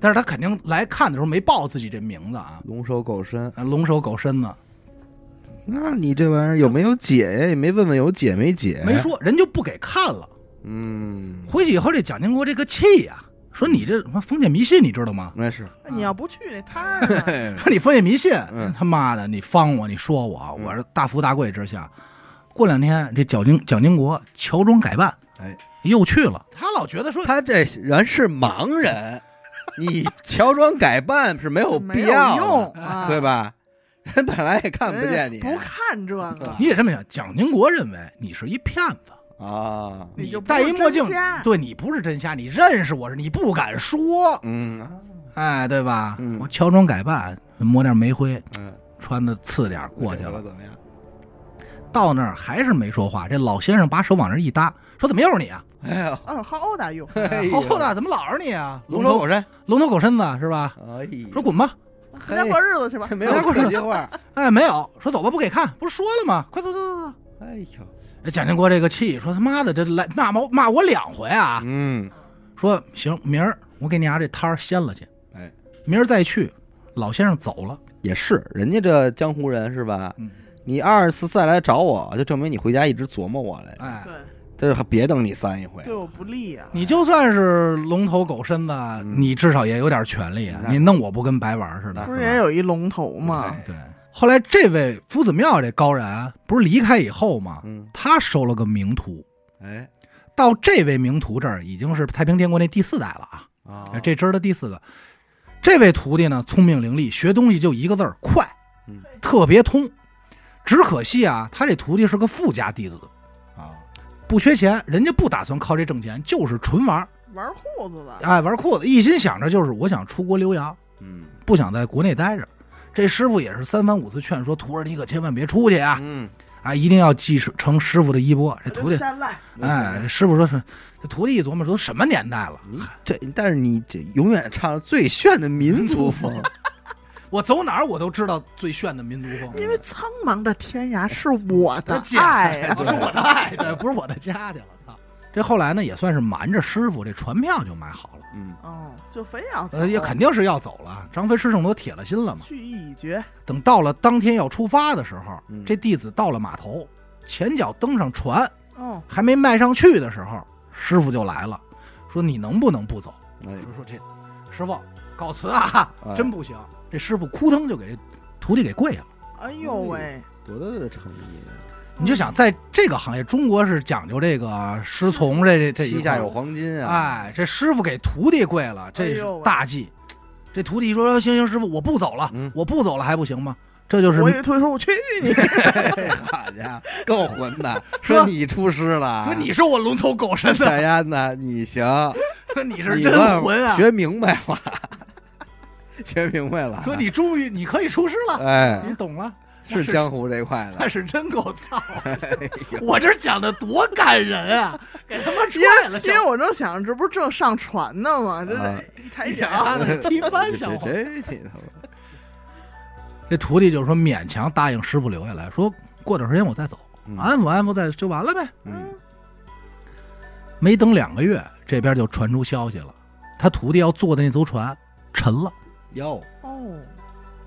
Speaker 2: 但是他肯定来看的时候没报自己这名字啊。
Speaker 4: 龙首狗身，
Speaker 2: 啊龙首狗身呢，
Speaker 4: 那你这玩意儿有没有解呀？也没问问有解没解，
Speaker 2: 没，说，人就不给看了。
Speaker 4: 嗯，
Speaker 2: 回去以后，这蒋经国这个气呀、说你这什么封建迷信，你知道吗？
Speaker 4: 那是，
Speaker 3: 那你要不去那摊儿啊呢，
Speaker 4: 啊
Speaker 2: 说你封建迷信，
Speaker 4: 嗯
Speaker 2: 他妈的，你方我，你说我，我是大富大贵之下。过两天这蒋经蒋经国乔装改扮，
Speaker 4: 哎，
Speaker 2: 又去了。他老觉得 说，
Speaker 4: 他这人是盲人，你乔装改扮是没有
Speaker 3: 没
Speaker 4: 必
Speaker 3: 有
Speaker 4: 要的，
Speaker 3: 用啊，
Speaker 4: 对？吧？人本来也看不见你，
Speaker 3: 不看这个，
Speaker 2: 你也这么想，蒋经国认为你是一骗子，
Speaker 4: 啊，
Speaker 3: 你就不
Speaker 2: 戴
Speaker 3: 是
Speaker 2: 一墨镜
Speaker 3: 真瞎，
Speaker 2: 对你不是真瞎，你认识我是你不敢说，
Speaker 4: 嗯
Speaker 2: 哎，对吧？
Speaker 4: 嗯
Speaker 2: 我乔装改扮，抹点煤灰，
Speaker 4: 嗯，
Speaker 2: 穿的次点儿过去
Speaker 4: 这
Speaker 2: 了
Speaker 4: 个。怎么样？
Speaker 2: 到那儿还是没说话，这老先生把手往那儿一搭，说：“怎么又是你啊？
Speaker 4: 哎呦，
Speaker 3: 嗯，好殴打用，
Speaker 4: 哎呦
Speaker 2: 好好的，怎么老是你啊？
Speaker 4: 龙首
Speaker 2: 头
Speaker 4: 狗身，
Speaker 2: 龙头狗身子是吧？
Speaker 4: 哎呦，
Speaker 2: 说滚吧，
Speaker 3: 回家过日子去吧，
Speaker 4: 没有客气话，
Speaker 2: 哎，没有，说走吧，不给看，不是说了吗？快走走走走，
Speaker 4: 哎呦，
Speaker 2: 哎蒋经国这个气，说他妈的这来骂我骂我两回啊！
Speaker 4: 嗯，
Speaker 2: 说行，明儿我给你家这摊儿掀了去，
Speaker 4: 哎，
Speaker 2: 明儿再去。老先生走了，
Speaker 4: 也是，人家这江湖人是吧？
Speaker 2: 嗯
Speaker 4: 你二次再来找我，就证明你回家一直琢磨我来着，
Speaker 2: 哎，
Speaker 3: 对，
Speaker 4: 这还别等你三一回。
Speaker 3: 对我不利啊 呀、
Speaker 2: 你就算是龙头狗身子，
Speaker 4: 嗯
Speaker 2: 你至少也有点权利啊！
Speaker 4: 那
Speaker 2: 你弄我不跟白玩似的
Speaker 4: 那，
Speaker 3: 不是也有一龙头
Speaker 4: 嗯
Speaker 3: 吗？
Speaker 4: 哎
Speaker 2: 对。后来这位夫子庙这高然不是离开以后吗？
Speaker 4: 嗯，
Speaker 2: 他收了个名徒，
Speaker 4: 哎，
Speaker 2: 到这位名徒这儿已经是太平天国那第四代了啊，
Speaker 4: 啊
Speaker 2: 这支儿的第四个。这位徒弟呢，聪明伶俐，学东西就一个字儿快
Speaker 4: 嗯，
Speaker 2: 特别通。只可惜啊，他这徒弟是个富家弟子，
Speaker 4: 啊，
Speaker 2: 不缺钱，人家不打算靠这挣钱，就是纯玩儿，
Speaker 3: 玩裤子的，
Speaker 2: 哎，玩裤子，一心想着就是我想出国留洋，
Speaker 4: 嗯
Speaker 2: 不想在国内待着。这师傅也是三番五次劝说徒儿，你可千万别出去啊！
Speaker 4: 嗯，
Speaker 2: 啊，一定要继承师傅的衣钵。这徒弟
Speaker 3: 留，下赖，
Speaker 2: 哎，师傅说是，这徒弟一琢磨，都什么年代了，
Speaker 4: 你这，但是你这永远唱着最炫的民族 风，
Speaker 2: 我走哪儿我都知道最炫的民族风，
Speaker 3: 因为苍茫的天涯是我的
Speaker 2: 我姐
Speaker 3: 爱啊呀、
Speaker 2: 不 是 我的爱的，不是我的家去了。操！这后来呢，也算是瞒着师傅，这船票就买好了，
Speaker 4: 嗯，
Speaker 3: 嗯，就非要走
Speaker 2: 呃，也肯定是要走了。张飞、师胜都铁了心了嘛。
Speaker 3: 去意已决，
Speaker 2: 等到了当天要出发的时候
Speaker 4: 嗯，
Speaker 2: 这弟子到了码头，前脚登上船，
Speaker 3: 哦，
Speaker 2: 还没迈上去的时候，师傅就来了，说你能不能不走？
Speaker 4: 哎
Speaker 2: 说说这师傅告辞啊
Speaker 4: 哎，
Speaker 2: 真不行。这师傅扑腾就给这徒弟给跪下了。
Speaker 3: 哎呦喂，
Speaker 4: 多大的诚意！
Speaker 2: 你就想在这个行业，中国是讲究这个师从这这这一
Speaker 4: 膝
Speaker 2: 块
Speaker 4: 下
Speaker 2: 儿
Speaker 4: 有黄金啊！
Speaker 2: 哎，这师傅给徒弟跪了，这
Speaker 3: 哎
Speaker 2: 是
Speaker 3: 呦喂
Speaker 2: 大忌。这徒弟说：“哎行行，师傅，我不走了，
Speaker 4: 嗯
Speaker 2: 我不走了还不行吗？”这就是
Speaker 3: 我以为推说我去你，
Speaker 4: 哎， 好家伙，够混 的！说你出师了，
Speaker 2: 说你是我龙头狗身
Speaker 4: 小
Speaker 2: 的，
Speaker 4: 丫子，你行，
Speaker 2: 说你是
Speaker 4: 你
Speaker 2: 真
Speaker 4: 算
Speaker 2: 魂啊！
Speaker 4: 学明白了， 学明白了。
Speaker 2: 说你终于你可以出师了，
Speaker 4: 哎，
Speaker 2: 你懂了，
Speaker 4: 是江湖这块的
Speaker 2: 那，是真够操！啊
Speaker 4: 哎呦
Speaker 2: 我这讲的多感人啊，给他妈踹了，
Speaker 3: 因为我正想着这不是正上船呢吗？这
Speaker 4: 啊
Speaker 3: 这一抬脚，
Speaker 2: 啊，踢翻小
Speaker 4: 这
Speaker 2: 伙。
Speaker 4: 真挺他妈
Speaker 2: 这徒弟就是说勉强答应师傅留下来，说过段时间我再走，
Speaker 4: 嗯
Speaker 2: 安抚安抚再就完了呗。
Speaker 4: 嗯
Speaker 2: 没等两个月，这边就传出消息了，他徒弟要坐的那艘船沉了，
Speaker 4: 哟，
Speaker 3: 哦，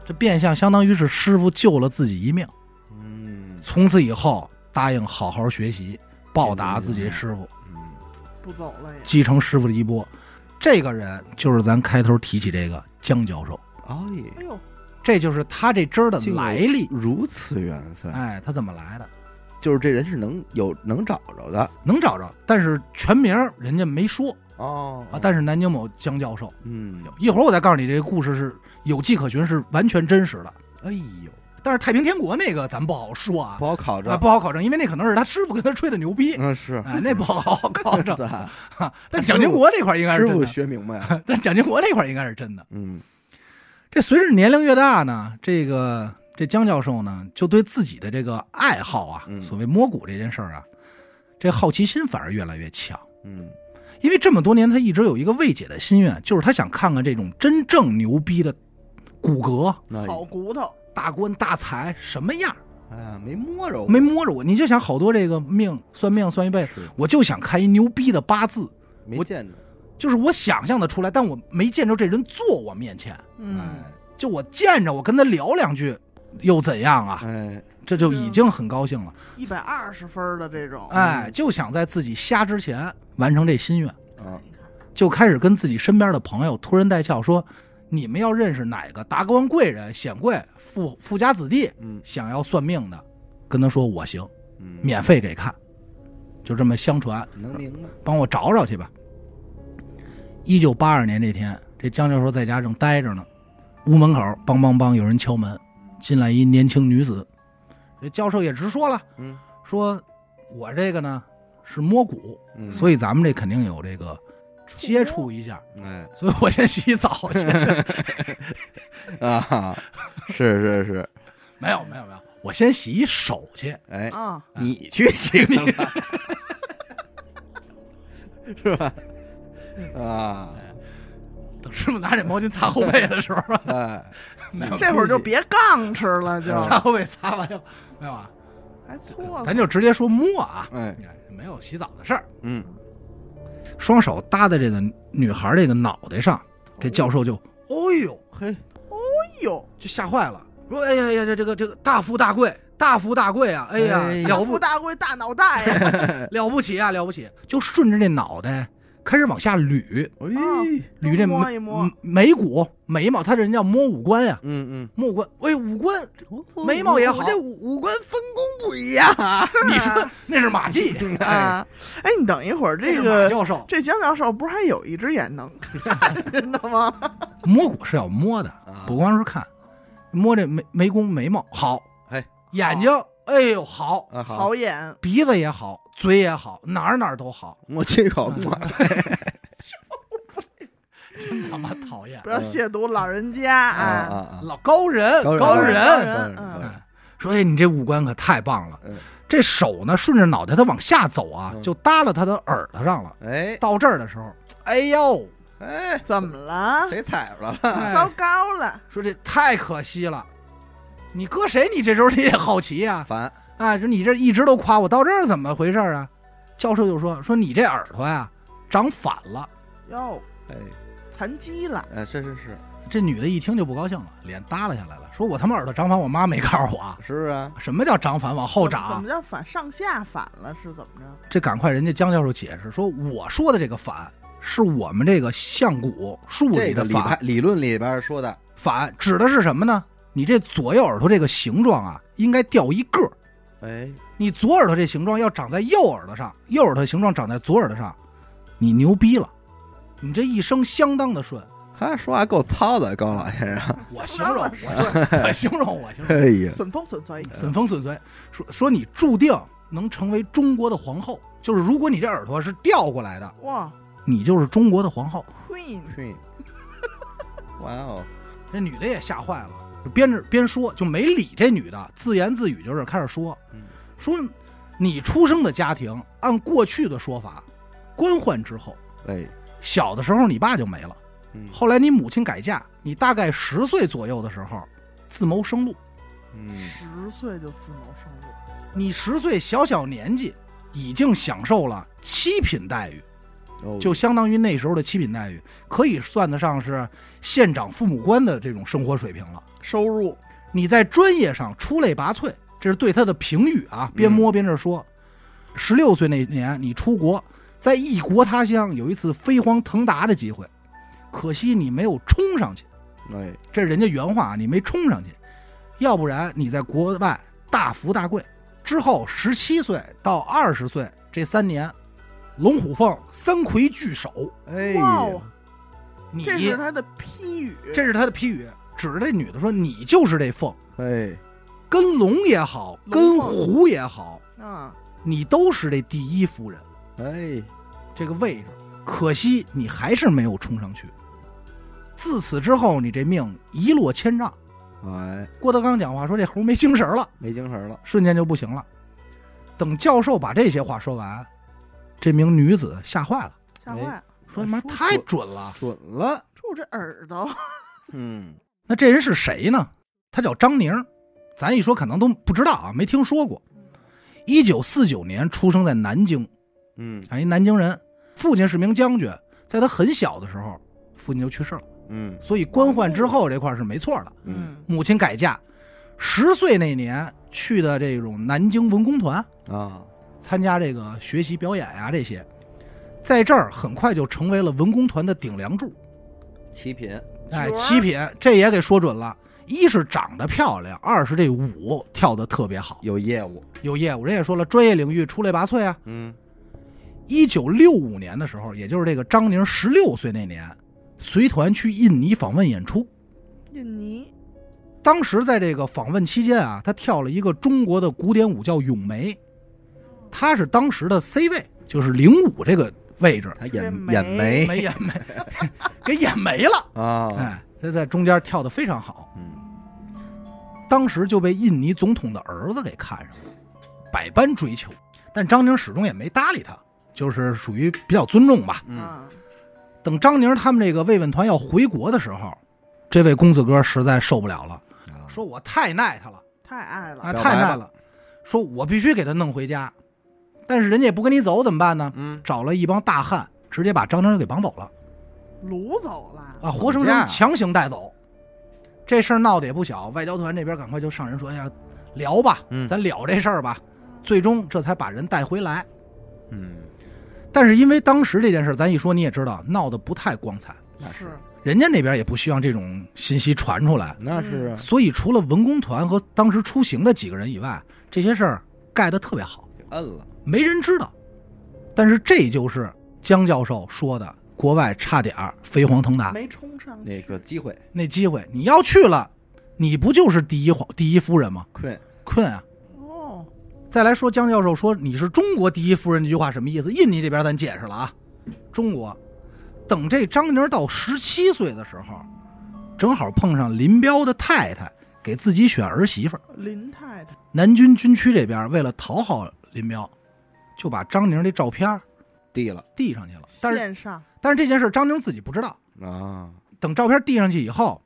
Speaker 2: 这变相相当于是师傅救了自己一命。
Speaker 4: 嗯
Speaker 2: 从此以后，答应好好学习，报答自己师傅，
Speaker 4: 嗯，
Speaker 3: 不走了也，
Speaker 2: 继承师傅的衣钵。这个人就是咱开头提起这个江教授，
Speaker 3: 哎
Speaker 4: 哎，
Speaker 3: 呦，
Speaker 2: 这就是他这支儿的
Speaker 4: 这个
Speaker 2: 来历。
Speaker 4: 如此缘分，
Speaker 2: 哎，他怎么来的？
Speaker 4: 就是这人是能有能找着的
Speaker 2: 能找着，但是全名儿人家没说
Speaker 4: 哦
Speaker 2: 啊。但是南京某江教授，
Speaker 4: 嗯，
Speaker 2: 一会儿我再告诉你这个故事是有迹可循，是完全真实的。
Speaker 4: 哎呦，
Speaker 2: 但是太平天国那个咱不好说啊
Speaker 4: 不，好考
Speaker 2: 啊
Speaker 4: 证，
Speaker 2: 不好考证，因为那可能是他师傅跟他吹的牛逼，
Speaker 4: 嗯是，
Speaker 2: 哎，那不好考证。
Speaker 4: 咋
Speaker 2: 但蒋经国那块儿应该是
Speaker 4: 师
Speaker 2: 真
Speaker 4: 傅
Speaker 2: 的，
Speaker 4: 学明白 了，
Speaker 2: 但蒋经国那块儿应该是真的。
Speaker 4: 嗯
Speaker 2: 这随着年龄越大呢，这个这江教授呢，就对自己的这个爱好啊，
Speaker 4: 嗯
Speaker 2: 所谓摸骨这件事儿啊，这好奇心反而越来越强。
Speaker 4: 嗯
Speaker 2: 因为这么多年，他一直有一个未解的心愿，就是他想看看这种真正牛逼的骨骼、
Speaker 4: 那
Speaker 3: 好骨头，
Speaker 2: 大官大财什么样儿，
Speaker 4: 哎呀没摸着我，
Speaker 2: 没摸着过。你就想好多这个命算命算一辈子，
Speaker 4: 是
Speaker 2: 我就想看一牛逼的八字，
Speaker 4: 没
Speaker 2: 我
Speaker 4: 见着，
Speaker 2: 就是我想象的出来，但我没见着这人坐我面前。
Speaker 3: 嗯
Speaker 4: 哎，
Speaker 2: 就我见着，我跟他聊两句，又怎样啊？
Speaker 4: 哎
Speaker 2: 这就已经很高兴了。
Speaker 3: 一百二十分儿的这
Speaker 4: 嗯
Speaker 3: 种，
Speaker 2: 哎，就想在自己瞎之前完成这心愿，
Speaker 4: 啊
Speaker 3: 嗯你看，
Speaker 2: 就开始跟自己身边的朋友托人带俏说，你们要认识哪个达官贵人、显贵、富富家子弟，
Speaker 4: 嗯
Speaker 2: 想要算命的，跟他说我行，
Speaker 4: 嗯，
Speaker 2: 免费给看，就这么相传，
Speaker 4: 能明白，
Speaker 2: 帮我找找去吧。一九八二年这天，这江教授在家正待着呢，屋门口梆梆梆有人敲门，进来一年轻女子。这教授也直说了，
Speaker 4: 嗯
Speaker 2: 说我这个呢是摸骨，
Speaker 4: 嗯，
Speaker 2: 所
Speaker 4: 以
Speaker 2: 以咱们这肯定有这个接触一下，
Speaker 4: 哎
Speaker 2: 所以我先洗澡 去。
Speaker 4: 啊， 是是是，
Speaker 2: 没有没有没有，我先洗一手去。
Speaker 4: 哎，
Speaker 3: 啊，
Speaker 4: 你去行 吧，是吧？啊，
Speaker 2: 等师傅拿这毛巾擦后背的时候，
Speaker 4: 哎，
Speaker 2: 没有
Speaker 4: 嗯
Speaker 3: 这会儿就别杠吃了，就
Speaker 2: 擦后背擦完就没有啊。
Speaker 3: 还错
Speaker 4: 哦
Speaker 3: 过，
Speaker 2: 咱就直接说摸啊，
Speaker 4: 哎，
Speaker 2: 哎没有洗澡的事儿，
Speaker 4: 嗯，
Speaker 2: 双手搭在这个女孩这个脑袋上，这教授就，哦呦，
Speaker 4: 嘿，
Speaker 3: 哎呦，
Speaker 2: 就吓坏了，说，哎呀呀，这这个这个大富大贵，大富大贵啊，哎呀，
Speaker 4: 哎呀
Speaker 2: 了
Speaker 3: 富
Speaker 2: 不
Speaker 3: 大贵大脑 袋呀，
Speaker 2: 了不起啊，了不起，就顺着这脑袋开始往下捋，
Speaker 4: 哎，
Speaker 2: 捋这
Speaker 3: 摸
Speaker 2: 眉
Speaker 3: 一摸
Speaker 2: 嗯眉骨、眉毛，他这人叫摸五官呀、
Speaker 4: 嗯
Speaker 2: 摸五官，哎，五官，
Speaker 4: 嗯，
Speaker 2: 眉毛也好
Speaker 4: 我这五官分工不一样啊，
Speaker 2: 你说那是马季，
Speaker 3: 啊， 哎，你等一会儿，
Speaker 2: 那
Speaker 3: 这
Speaker 2: 是马
Speaker 4: 哎
Speaker 3: 个
Speaker 2: 教授，
Speaker 3: 这江教授不是还有一只眼能 看的吗？
Speaker 2: 摸骨是要摸的，
Speaker 4: 啊
Speaker 2: 不光是看，摸这眉眉弓眉毛好，
Speaker 4: 嘿，
Speaker 2: 眼睛，哎呦好，
Speaker 4: 啊好，
Speaker 3: 好眼，
Speaker 2: 鼻子也好，嘴也好，哪儿哪儿都好，
Speaker 4: 我这口，
Speaker 2: 真他妈讨厌
Speaker 3: 不！要亵渎老人家
Speaker 4: 啊啊
Speaker 3: 啊！
Speaker 4: 啊，
Speaker 2: 老高人，
Speaker 4: 高人
Speaker 2: 高
Speaker 3: 高人
Speaker 4: 嗯
Speaker 2: 说：“哎，你这五官可太棒了
Speaker 4: 嗯！
Speaker 2: 这手呢，顺着脑袋它往下走啊，
Speaker 4: 嗯
Speaker 2: 就搭了他的耳朵上了。
Speaker 4: 哎
Speaker 2: 到这儿的时候，哎呦，
Speaker 4: 哎，
Speaker 3: 怎么了？
Speaker 4: 谁踩着了？
Speaker 2: 哎
Speaker 3: 糟糕了，
Speaker 2: 说这太可惜了。你搁谁？你这时候你也好奇 呀、
Speaker 4: 烦，
Speaker 2: 啊？说你这一直都夸我，到这儿怎么回事儿啊？”教授就说：“说你这耳朵呀、长反了。
Speaker 3: 哟，
Speaker 4: 哎，
Speaker 3: 残疾了，
Speaker 4: 哎，是是是，”
Speaker 2: 这女的一听就不高兴了，脸耷拉下来了，说：“我他妈耳朵长反，我妈没告诉我啊。
Speaker 4: 是不是啊？
Speaker 2: 什么叫长反？往后
Speaker 3: 怎么怎
Speaker 2: 长
Speaker 3: 么？叫反上下反了？是怎么着？
Speaker 2: 这赶快人家江教授解释说，我说的这个反是我们这个象骨术
Speaker 4: 这
Speaker 2: 里
Speaker 4: 个
Speaker 2: 的
Speaker 4: 理
Speaker 2: 反
Speaker 4: 派理论里边说的，
Speaker 2: 反指的是什么呢？你这左右耳朵这个形状啊，应该掉一个儿。
Speaker 4: 哎，
Speaker 2: 你左耳朵这形状要长在右耳朵上，右耳朵形状长在左耳朵上，你牛逼了，你这一生相当的顺。
Speaker 4: 他说话够糙的，高老先生，
Speaker 2: 我形容，我
Speaker 3: 是
Speaker 2: 我形容，我形容，
Speaker 4: 哎呀，
Speaker 3: 损风损随，
Speaker 2: 损风损随，说说你注定能成为中国的皇后，就是如果你这耳朵是调过来的，
Speaker 3: 哇
Speaker 2: 你就是中国的皇后。
Speaker 3: ，Queen，
Speaker 4: 嘿哇哦，
Speaker 2: 这女的也吓坏了，就边着边说，就没理这女的，自言自语就是开始说
Speaker 4: 嗯，
Speaker 2: 说你出生的家庭，按过去的说法，官宦之后，
Speaker 4: 哎，
Speaker 2: 小的时候你爸就没了，
Speaker 4: 嗯
Speaker 2: 后来你母亲改嫁，你大概十岁左右的时候自谋生路，
Speaker 4: 嗯
Speaker 3: 十岁就自谋生路，
Speaker 2: 你十岁小小年纪已经享受了七品待遇，
Speaker 4: 哦
Speaker 2: 就相当于那时候的七品待遇，可以算得上是县长父母官的这种生活水平了。
Speaker 3: 收入
Speaker 2: 你在专业上出类拔萃，这是对他的评语啊，边摸边这说。十六岁那年你出国，在异国他乡有一次飞黄腾达的机会，可惜你没有冲上去，
Speaker 4: 哎，
Speaker 2: 这是人家原话啊，你没冲上去，要不然你在国外大富大贵。之后十七岁到二十岁这三年，龙虎凤三魁聚首，
Speaker 4: 哎
Speaker 3: 哇
Speaker 4: 呀
Speaker 3: 哦，，
Speaker 2: 你
Speaker 3: 这是他的批语，
Speaker 2: 这是他的批语，指着这女的说你就是这凤。
Speaker 4: 哎，
Speaker 2: 跟龙也好，
Speaker 3: 龙
Speaker 2: 跟
Speaker 3: 凤
Speaker 2: 虎也好，
Speaker 3: 啊，
Speaker 2: 你都是这第一夫人
Speaker 4: 哎，
Speaker 2: 这个位置，可惜你还是没有冲上去。自此之后，你这命一落千丈。
Speaker 4: 哎，
Speaker 2: 郭德纲讲话说这猴没精神了，
Speaker 4: 没精神了，
Speaker 2: 瞬间就不行了。等教授把这些话说完，这名女子吓坏了，
Speaker 3: 吓坏了，
Speaker 2: 哎说他妈太准了。
Speaker 4: 准了，
Speaker 3: 住这耳朵，
Speaker 4: 嗯，
Speaker 2: 那这人是谁呢？他叫张宁，咱一说可能都不知道啊，没听说过。一九四九年出生在南京，
Speaker 4: 嗯
Speaker 2: 啊，一南京人，父亲是名将军，在他很小的时候，父亲就去世了，
Speaker 4: 嗯
Speaker 2: 所以官宦之后这块儿是没错的。
Speaker 4: 嗯
Speaker 3: 嗯，
Speaker 2: 母亲改嫁，十岁那年去的这种南京文工团，
Speaker 4: 啊，
Speaker 2: 参加这个学习表演呀、这些，在这儿很快就成为了文工团的顶梁柱。
Speaker 4: 七品，
Speaker 2: 哎，
Speaker 3: 角儿
Speaker 2: 七品这也给说准了。一是长得漂亮，二是这舞跳得特别好，
Speaker 4: 有业务，
Speaker 2: 有业务。人也说了，专业领域出类拔萃啊。
Speaker 4: 嗯，
Speaker 2: 一九六五年的时候，也就是这个张宁十六岁那年，随团去印尼访问演出。
Speaker 3: 印尼
Speaker 2: 当时在这个访问期间啊，他跳了一个中国的古典舞叫咏梅，他是当时的 C 位，就是领舞这个位置，
Speaker 4: 他
Speaker 3: 这
Speaker 4: 眼
Speaker 3: 眉
Speaker 4: 眼眉
Speaker 2: 没演没， 给演没了。
Speaker 4: 啊，
Speaker 2: 哎，他在中间跳得非常好，
Speaker 4: 嗯，
Speaker 2: 当时就被印尼总统的儿子给看上了，百般追求，但张宁始终也没搭理他，就是属于比较尊重吧。
Speaker 4: 嗯，
Speaker 3: 啊，
Speaker 2: 等张宁他们这个慰问团要回国的时候，这
Speaker 4: 啊
Speaker 2: 位公子哥实在受不了了，说我太耐他了，
Speaker 3: 太爱
Speaker 2: 啊，
Speaker 3: 了，
Speaker 4: 表白
Speaker 2: 太耐
Speaker 4: 吧
Speaker 2: 了，说我必须给他弄回家，但是人家也不跟你走，怎么办呢？
Speaker 4: 嗯，
Speaker 2: 找了一帮大汉，直接把张成就给绑走了
Speaker 3: 掳走了，
Speaker 2: 啊，活生
Speaker 4: 绑架
Speaker 2: 生强行带走。这事儿闹得也不小，外交团这边赶快就上人说：“哎呀，聊吧，
Speaker 4: 嗯
Speaker 2: 咱聊这事儿吧。”最终这才把人带回来。
Speaker 4: 嗯，
Speaker 2: 但是因为当时这件事儿，咱一说你也知道，闹得不太光彩，
Speaker 4: 那是
Speaker 2: 人家那边也不希望这种信息传出来，
Speaker 4: 那是啊，
Speaker 2: 所以除了文工团和当时出行的几个人以外，这些事儿盖得特别好，
Speaker 4: 给摁了，
Speaker 2: 没人知道。但是这就是江教授说的，国外差点儿飞黄腾达
Speaker 3: 没冲上
Speaker 4: 那
Speaker 3: 去。
Speaker 4: 个机会
Speaker 2: 那机会，你要去了，你不就是第一皇第一夫人吗？
Speaker 4: 困，
Speaker 2: 困啊！
Speaker 3: 哦，
Speaker 2: 再来说江教授说你是中国第一夫人这句话什么意思？印尼这边咱解释了啊，中国。等这张宁到十七岁的时候，正好碰上林彪的太太给自己选儿媳妇儿。
Speaker 3: 林太太
Speaker 2: 南军军区这边为了讨好林彪，就把张宁这照片儿
Speaker 4: 地了
Speaker 2: 递上去了。但是
Speaker 3: 线上
Speaker 2: 但是这件事张宁自己不知道。
Speaker 4: 啊，
Speaker 2: 等照片递上去以后，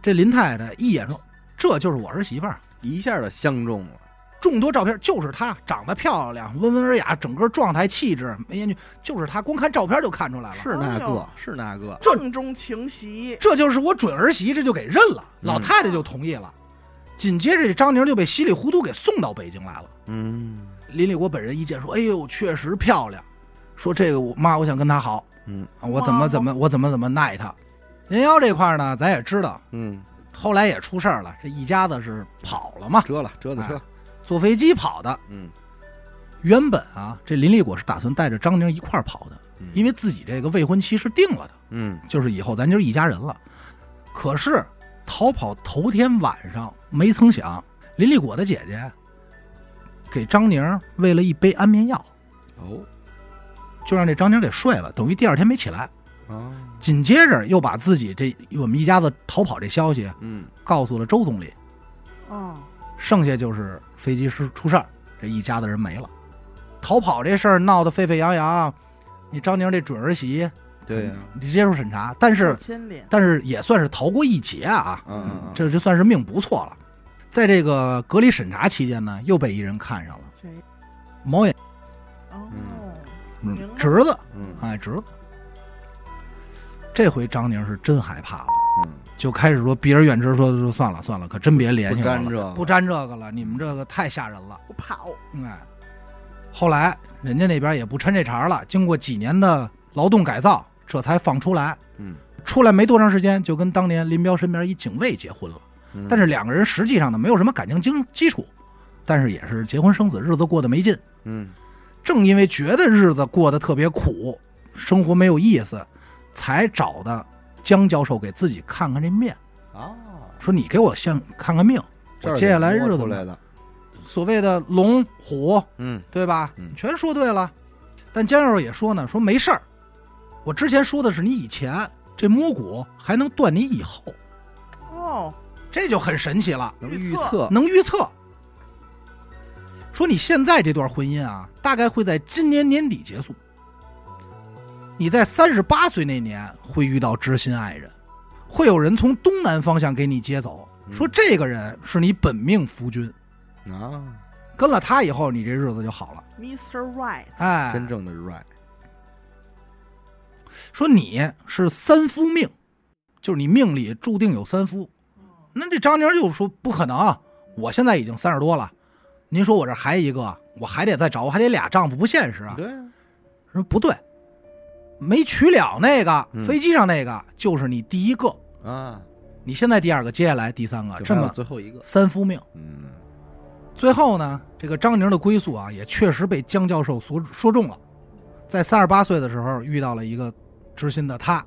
Speaker 2: 这林太太一眼说：“这就是我儿媳妇儿。”
Speaker 4: 一下就相中了，
Speaker 2: 众多照片就是她，长得漂亮，温文尔雅，整个状态气质没研究，就是她。光看照片就看出来了，
Speaker 4: 是那
Speaker 3: 哎呦
Speaker 4: 个，哦是那个，
Speaker 2: 这
Speaker 3: 梦中情袭，
Speaker 2: 这就是我准儿媳，这就给认了。老
Speaker 4: 嗯
Speaker 2: 太太就同意了，紧接着这张宁就被稀里糊涂给送到北京来了。
Speaker 4: 嗯
Speaker 2: 林立国本人一见说：“哎呦，确实漂亮。”说这个我妈，我想跟她好，
Speaker 4: 嗯
Speaker 2: 啊我怎么怎么我怎么怎么耐她。人妖这块呢，咱也知道，
Speaker 4: 嗯，
Speaker 2: 后来也出事儿了，这一家子是跑了嘛，
Speaker 4: 折了折的
Speaker 2: 哎
Speaker 4: 折，
Speaker 2: 坐飞机跑的。
Speaker 4: 啊嗯
Speaker 2: 原本啊，这林立果是打算带着张宁一块儿跑的
Speaker 4: 嗯，
Speaker 2: 因为自己这个未婚妻是定了的，
Speaker 4: 嗯，
Speaker 2: 就是以后咱就是一家人了。可是逃跑头天晚上，没曾想林立果的姐姐给张宁喂了一杯安眠药，
Speaker 4: 哦
Speaker 2: 就让这张宁给睡了，等于第二天没起来。
Speaker 4: 啊，
Speaker 2: 紧接着又把自己这我们一家子逃跑这消息
Speaker 4: 嗯
Speaker 2: 告诉了周总理，
Speaker 3: 哦，
Speaker 2: 剩下就是飞机失出事儿，这一家子人没了。逃跑这事儿闹得沸沸扬扬，你张宁这准儿媳
Speaker 4: 对呀，
Speaker 2: 你接受审查，但
Speaker 3: 手
Speaker 2: 是
Speaker 3: 牵连，
Speaker 2: 但是也算是逃过一劫啊，
Speaker 4: 嗯嗯嗯
Speaker 2: 这就算是命不错了。在这个隔离审查期间呢，又被一人看上了
Speaker 3: 谁？
Speaker 2: 毛眼
Speaker 3: 哦，
Speaker 2: 嗯
Speaker 3: 明白
Speaker 2: 侄子，
Speaker 4: 嗯
Speaker 2: 哎侄子。这回张宁是真害怕了，
Speaker 4: 嗯，
Speaker 2: 就开始说避而远之，说说算了算了，可真别联
Speaker 4: 不
Speaker 2: 系我
Speaker 4: 沾
Speaker 2: 了，
Speaker 4: 这
Speaker 2: 不沾这个了，你们这个太吓人了。
Speaker 3: 我跑，
Speaker 2: 哎，后来人家那边也不抻这茬了，经过几年的劳动改造，这才放出来。
Speaker 4: 嗯，
Speaker 2: 出来没多长时间，就跟当年林彪身边一警卫结婚了。
Speaker 4: 嗯
Speaker 2: 但是两个人实际上呢，没有什么感情基基础，但是也是结婚生子，日子过得没劲。
Speaker 4: 嗯
Speaker 2: 正因为觉得日子过得特别苦，生活没有意思，才找的江教授给自己看看这面，
Speaker 4: 啊，
Speaker 2: 说你给我先看看命，
Speaker 4: 这
Speaker 2: 我
Speaker 4: 儿
Speaker 2: 接下来
Speaker 4: 给摸
Speaker 2: 日子
Speaker 4: 出来的，
Speaker 2: 所谓的龙虎
Speaker 4: 嗯
Speaker 2: 对吧？
Speaker 4: 嗯
Speaker 2: 全说对了。但江教授也说呢，说没事儿，我之前说的是你以前这摸骨还能断你以后，
Speaker 3: 哦，
Speaker 2: 这就很神奇了，
Speaker 4: 能
Speaker 3: 预
Speaker 4: 预
Speaker 3: 测
Speaker 4: 测，
Speaker 2: 能预测。说你现在这段婚姻啊，大概会在今年年底结束。你在三十八岁那年会遇到知心爱人，会有人从东南方向给你接走，
Speaker 4: 嗯
Speaker 2: 说这个人是你本命夫君，
Speaker 4: 啊，
Speaker 2: 跟了他以后，你这日子就好了。
Speaker 3: Mr. Right，
Speaker 2: 哎，
Speaker 4: 真正的 right，
Speaker 2: 说你是三夫命，就是你命里注定有三
Speaker 4: 嗯
Speaker 2: 夫。那这张宁就说不可能，啊我现在已经三十多了，您说我这还一个，我还得再找，我还得俩丈夫，不现实啊。
Speaker 4: 对啊，
Speaker 2: 说不对，没娶了那个、
Speaker 4: 嗯
Speaker 2: 飞机上那个就是你第一个，
Speaker 4: 啊，
Speaker 2: 你现在第二个，接下来第三个，
Speaker 4: 就
Speaker 2: 这
Speaker 4: 还有
Speaker 2: 么
Speaker 4: 最后一个，
Speaker 2: 三夫命。
Speaker 4: 啊嗯
Speaker 2: 最后呢，这个张宁的归宿啊，也确实被江教授所说中了。在三十八岁的时候遇到了一个知心的她，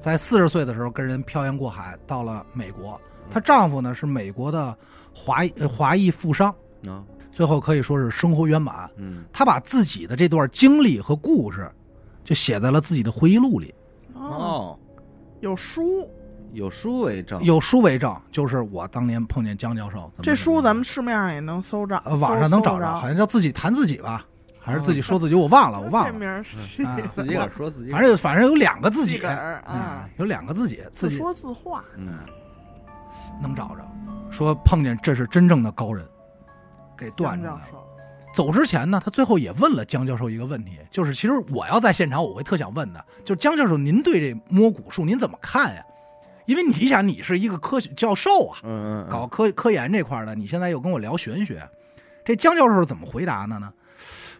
Speaker 2: 在四十岁的时候跟人漂洋过海到了美国。她丈夫呢是美国的华裔呃华裔富商，
Speaker 4: 啊
Speaker 2: 最后可以说是生活圆满。
Speaker 4: 嗯
Speaker 2: 她把自己的这段经历和故事，就写在了自己的回忆录里，
Speaker 3: 哦，
Speaker 4: 哦，
Speaker 3: 有书，
Speaker 4: 有书为证，
Speaker 2: 有书为证，就是我当年碰见江教授。怎么
Speaker 3: 这书咱
Speaker 2: 怎么
Speaker 3: 们市面上也能搜着，
Speaker 2: 呃网上能
Speaker 3: 搜
Speaker 2: 找
Speaker 3: 搜
Speaker 2: 着，好
Speaker 3: 着。嗯
Speaker 2: 像叫自己谈自己吧，还是自己说自己，我忘了，我忘了
Speaker 3: 这。名儿起
Speaker 2: 啊
Speaker 3: 的
Speaker 4: 自己个儿说自己个
Speaker 2: 反
Speaker 4: 儿，
Speaker 2: 正反正有两个自 己，
Speaker 3: 个儿啊
Speaker 2: 嗯，，有两个自己，自
Speaker 3: 自
Speaker 2: 己
Speaker 3: 说自话，
Speaker 4: 嗯
Speaker 2: 能找着，说碰见这是真正的高人。给断出来
Speaker 3: 江
Speaker 2: 了
Speaker 3: 教。授
Speaker 2: 走之前呢，他最后也问了江教授一个问题，就是其实我要在现场，我会特想问的，就是江教授，您对这摸骨术您怎么看呀？因为你想，你是一个科学教授啊，
Speaker 4: 嗯嗯，
Speaker 2: 搞科科研这块儿的，你现在又跟我聊玄学，这江教授怎么回答呢？呢，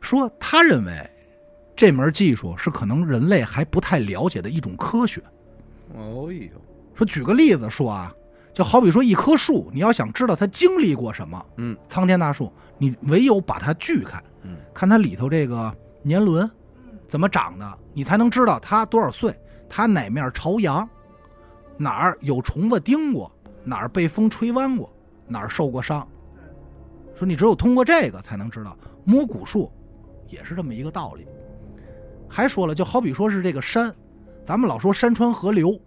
Speaker 2: 说他认为这门技术是可能人类还不太了解的一种科学。
Speaker 4: 哦呦，
Speaker 2: 说举个例子说啊，就好比说一棵树，你要想知道它经历过什么，
Speaker 4: 嗯，
Speaker 2: 苍天大树，你唯有把它锯开，
Speaker 4: 嗯，
Speaker 2: 看它里头这个年轮怎么长的，你才能知道它多少岁，它哪面朝阳，哪儿有虫子叮过，哪儿被风吹弯过，哪儿受过伤。说你只有通过这个才能知道，摸骨术也是这么一个道理。还说了，就好比说是这个山，咱们老说山川河流，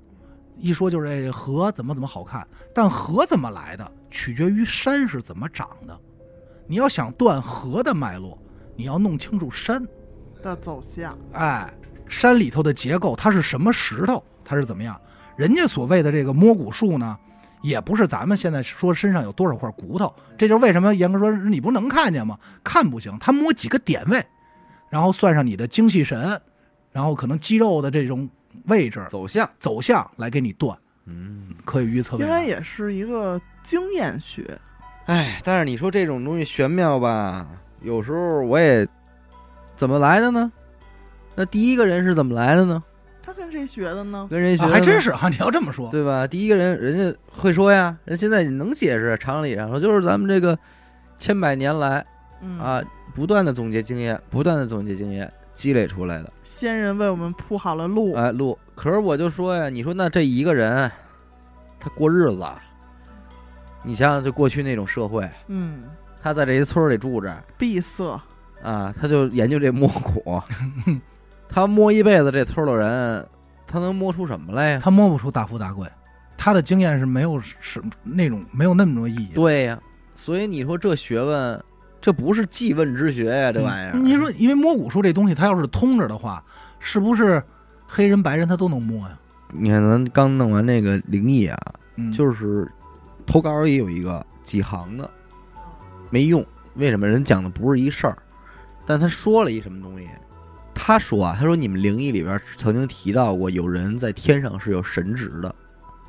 Speaker 2: 一说就是这河怎么怎么好看，但河怎么来的，取决于山是怎么长的。你要想断河的脉络，你要弄清楚山，
Speaker 3: 的走向，
Speaker 2: 哎，山里头的结构，它是什么石头，它是怎么样？人家所谓的这个摸骨术呢，也不是咱们现在说身上有多少块骨头，这就是为什么严格说你不能看见吗？看不行，他摸几个点位，然后算上你的精气神，然后可能肌肉的这种位置
Speaker 4: 走向，
Speaker 2: 走向来给你断，
Speaker 4: 嗯，
Speaker 2: 可以预测未
Speaker 3: 应该
Speaker 2: 来。
Speaker 3: 也是一个经验学。
Speaker 4: 哎，但是你说这种东西玄妙吧，有时候我也怎么来的呢？那第一个人是怎么来的呢？
Speaker 3: 他跟谁学的呢？
Speaker 4: 跟人学、
Speaker 2: 啊，还真
Speaker 4: 是，
Speaker 2: 是哈、你要这么说，
Speaker 4: 对吧？第一个人人家会说呀，人现在能解释，常理啊上说就是咱们这个千百年来
Speaker 3: 嗯，
Speaker 4: 啊，不断的总结经验，不断的总结经验积累出来的。
Speaker 3: 先人为我们铺好了路。
Speaker 2: 啊
Speaker 4: 哎，路。可是我就说呀，你说那这一个人，他过日子啊，你想想，就过去那种社会，
Speaker 3: 嗯，
Speaker 4: 他在这一村儿里住着
Speaker 3: 闭塞。
Speaker 4: 啊，他就研究这摸 骨，他摸一辈子这村儿的人，他能摸出什么来呀？
Speaker 2: 他摸不出大富大贵，他的经验是没有是那种没有那么多意义的。
Speaker 4: 对呀，所以你说这学问，这不是记问之学呀，这玩意儿。
Speaker 2: 嗯你说，因为摸骨术这东西，它要是通着的话，是不是黑人白人他都能摸呀？
Speaker 4: 你看咱刚弄完那个灵异啊，
Speaker 2: 嗯是
Speaker 4: 就是投稿也有一个几行的，没用。为什么？人讲的不是一事儿，但他说了一什么东西？他说啊，他说你们灵异里边曾经提到过，有人在天上是有神职的，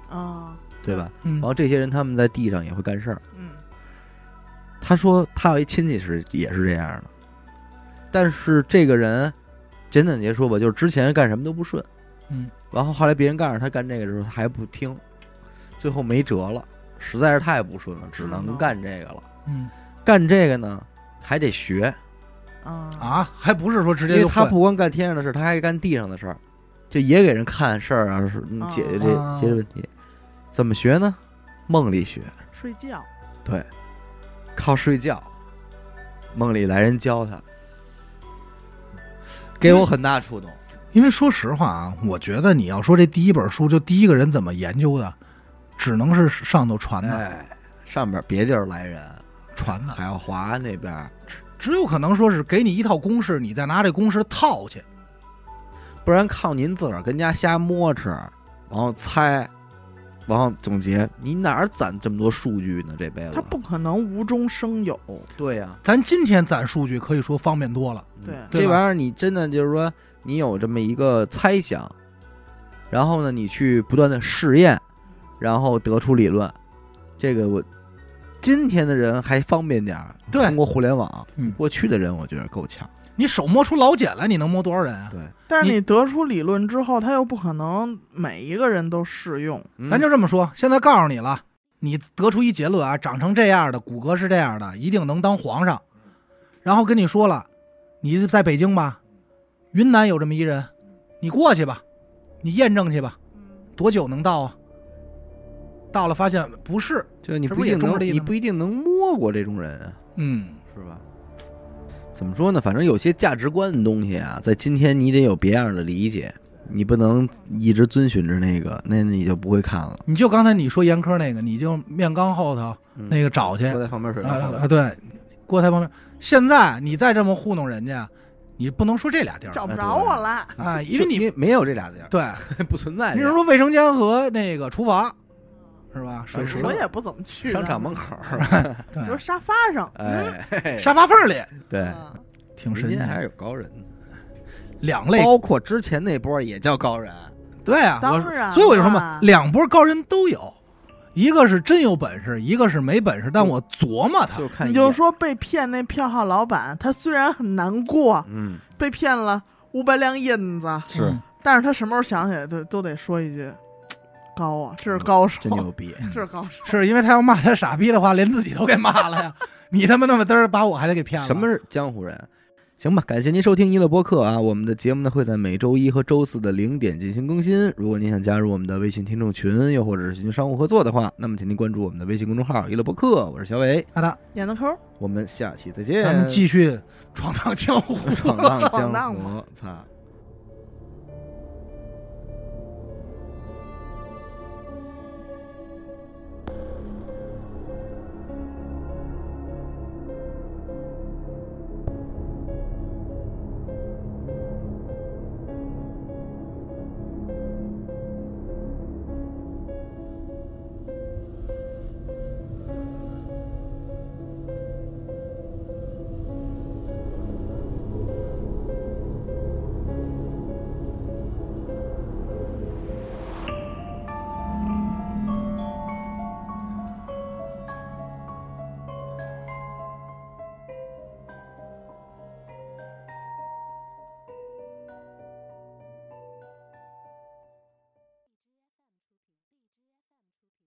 Speaker 3: 啊，
Speaker 4: 对吧？
Speaker 2: 嗯
Speaker 4: 然后这些人他们在地上也会干事儿。
Speaker 3: 嗯，
Speaker 4: 他说他有一亲戚是也是这样的，但是这个人简短截说吧，就是之前干什么都不顺，
Speaker 2: 嗯，
Speaker 4: 然后后来别人告诉他干这个的时候，他还不听，最后没辙了，实在是太不顺了，只能干这个了。
Speaker 2: 嗯
Speaker 4: 干这个呢，还得学，
Speaker 3: 啊
Speaker 2: 啊，还不是说直
Speaker 4: 因
Speaker 2: 接
Speaker 4: 为
Speaker 2: 就
Speaker 4: 他
Speaker 2: 会
Speaker 4: 不光干天上的事儿，他还干地上的事儿，就也给人看事儿啊，是
Speaker 3: 啊
Speaker 4: 解决这解决问题。怎么学呢？梦里学，
Speaker 3: 睡觉。
Speaker 4: 靠睡觉，梦里来人教他，嗯给我很大触动。
Speaker 2: 因为说实话啊，我觉得你要说这第一本书，就第一个人怎么研究的，只能是上头传的、
Speaker 4: 哎，上边别地儿来人，
Speaker 2: 传的，
Speaker 4: 海耀华那边儿，
Speaker 2: 只有可能说是给你一套公式，你再拿这公式套去。
Speaker 4: 不然靠您自个儿跟家瞎摸吃，然后猜，然后总结，你哪儿攒这么多数据呢？这辈子
Speaker 3: 他不可能无中生有，
Speaker 4: 对啊呀、
Speaker 2: 咱今天攒数据可以说方便多了，
Speaker 3: 对
Speaker 4: 嗯
Speaker 2: 对
Speaker 4: 这
Speaker 2: 吧
Speaker 4: 玩意儿你真的就是说，你有这么一个猜想，然后呢，你去不断的试验，然后得出理论。这个我今天的人还方便点儿，
Speaker 2: 对
Speaker 4: 通过互联网。
Speaker 2: 嗯
Speaker 4: 过去的人我觉得够呛。
Speaker 2: 你手摸出老茧来，你能摸多少人啊？
Speaker 4: 对，
Speaker 3: 但是
Speaker 2: 你
Speaker 3: 你得出理论之后，他又不可能每一个人都适用。
Speaker 4: 嗯
Speaker 2: 咱就这么说，现在告诉你了，你得出一结论啊，长成这样的骨骼是这样的，一定能当皇上。然后跟你说了，你在北京吧，云南有这么一人，你过去吧，你验证去吧，
Speaker 3: 嗯
Speaker 2: 多久能到啊？到了发现不是，
Speaker 4: 就是你
Speaker 2: 这
Speaker 4: 不
Speaker 2: 不
Speaker 4: 一
Speaker 2: 也
Speaker 4: 定
Speaker 2: 中
Speaker 4: 能，
Speaker 2: 了一个
Speaker 4: 你
Speaker 2: 吗
Speaker 4: 不一定能摸过这种人啊，
Speaker 2: 嗯，
Speaker 4: 是吧？怎么说呢？反正有些价值观的东西啊，在今天你得有别样的理解，你不能一直遵循着那个，那你就不会看了。
Speaker 2: 你就刚才你说严科那个，你就面缸后头
Speaker 4: 嗯
Speaker 2: 那个找去，
Speaker 4: 我在旁边水
Speaker 2: 啊
Speaker 4: 道后
Speaker 2: 啊，对，锅台旁边。现在你再这么糊弄人家，你不能说这俩地儿
Speaker 3: 找
Speaker 2: 了
Speaker 3: 不着我了，
Speaker 2: 啊，因
Speaker 4: 就
Speaker 2: 为你
Speaker 4: 没有这俩字儿，
Speaker 2: 对，
Speaker 4: 不存在
Speaker 2: 你
Speaker 4: 这
Speaker 2: 是
Speaker 4: 样。
Speaker 3: 嗯
Speaker 2: 说卫生间和那个厨房，是吧？
Speaker 4: 啊
Speaker 2: 水池
Speaker 3: 我
Speaker 2: 子
Speaker 3: 也不怎么去
Speaker 4: 商场门口儿，
Speaker 3: 你说
Speaker 2: 对，
Speaker 3: 沙发上，嗯，
Speaker 4: 哎，嘿嘿
Speaker 2: 沙发缝儿里
Speaker 4: 对，
Speaker 3: 啊
Speaker 2: 挺
Speaker 4: 民
Speaker 2: 神奇
Speaker 4: 间还是
Speaker 2: 的，
Speaker 4: 有高人的，
Speaker 2: 两类
Speaker 4: 包括之前那波也叫高人，
Speaker 2: 对啊，
Speaker 3: 当
Speaker 2: 我
Speaker 3: 然
Speaker 2: 所以我就说嘛
Speaker 3: 啦，
Speaker 2: 两波高人都有，一个是真有本事，一个是没本事，但我琢磨他
Speaker 4: 嗯就看
Speaker 3: 你
Speaker 4: 一
Speaker 3: 就
Speaker 4: 眼，
Speaker 3: 说被骗那票号老板，他虽然很难过，
Speaker 4: 嗯，
Speaker 3: 被骗了五百两银子，
Speaker 4: 是
Speaker 2: 嗯
Speaker 3: 但是他什么时候想起来，都都得说一句，高啊，这是高手，
Speaker 4: 嗯真牛逼，
Speaker 3: 这是高手，
Speaker 2: 是因为他要骂他傻逼的话，连自己都给骂了呀。 你他妈那么嘚儿把我还得给骗了，
Speaker 4: 什么是江湖人？行吧，感谢您收听一乐播客啊！我们的节目呢会在每周一和周四的零点进行更新。如果您想加入我们的微信听众群，又或者是进行商务合作的话，那么请您关注我们的微信公众号“一乐播客”，我是小伟，
Speaker 2: 阿达，
Speaker 3: 演的抠儿，
Speaker 4: 我们下期再见。
Speaker 2: 咱们继续闯荡江湖。
Speaker 4: 闯荡
Speaker 3: 闯荡
Speaker 4: 江
Speaker 3: 嘛
Speaker 4: 湖，操！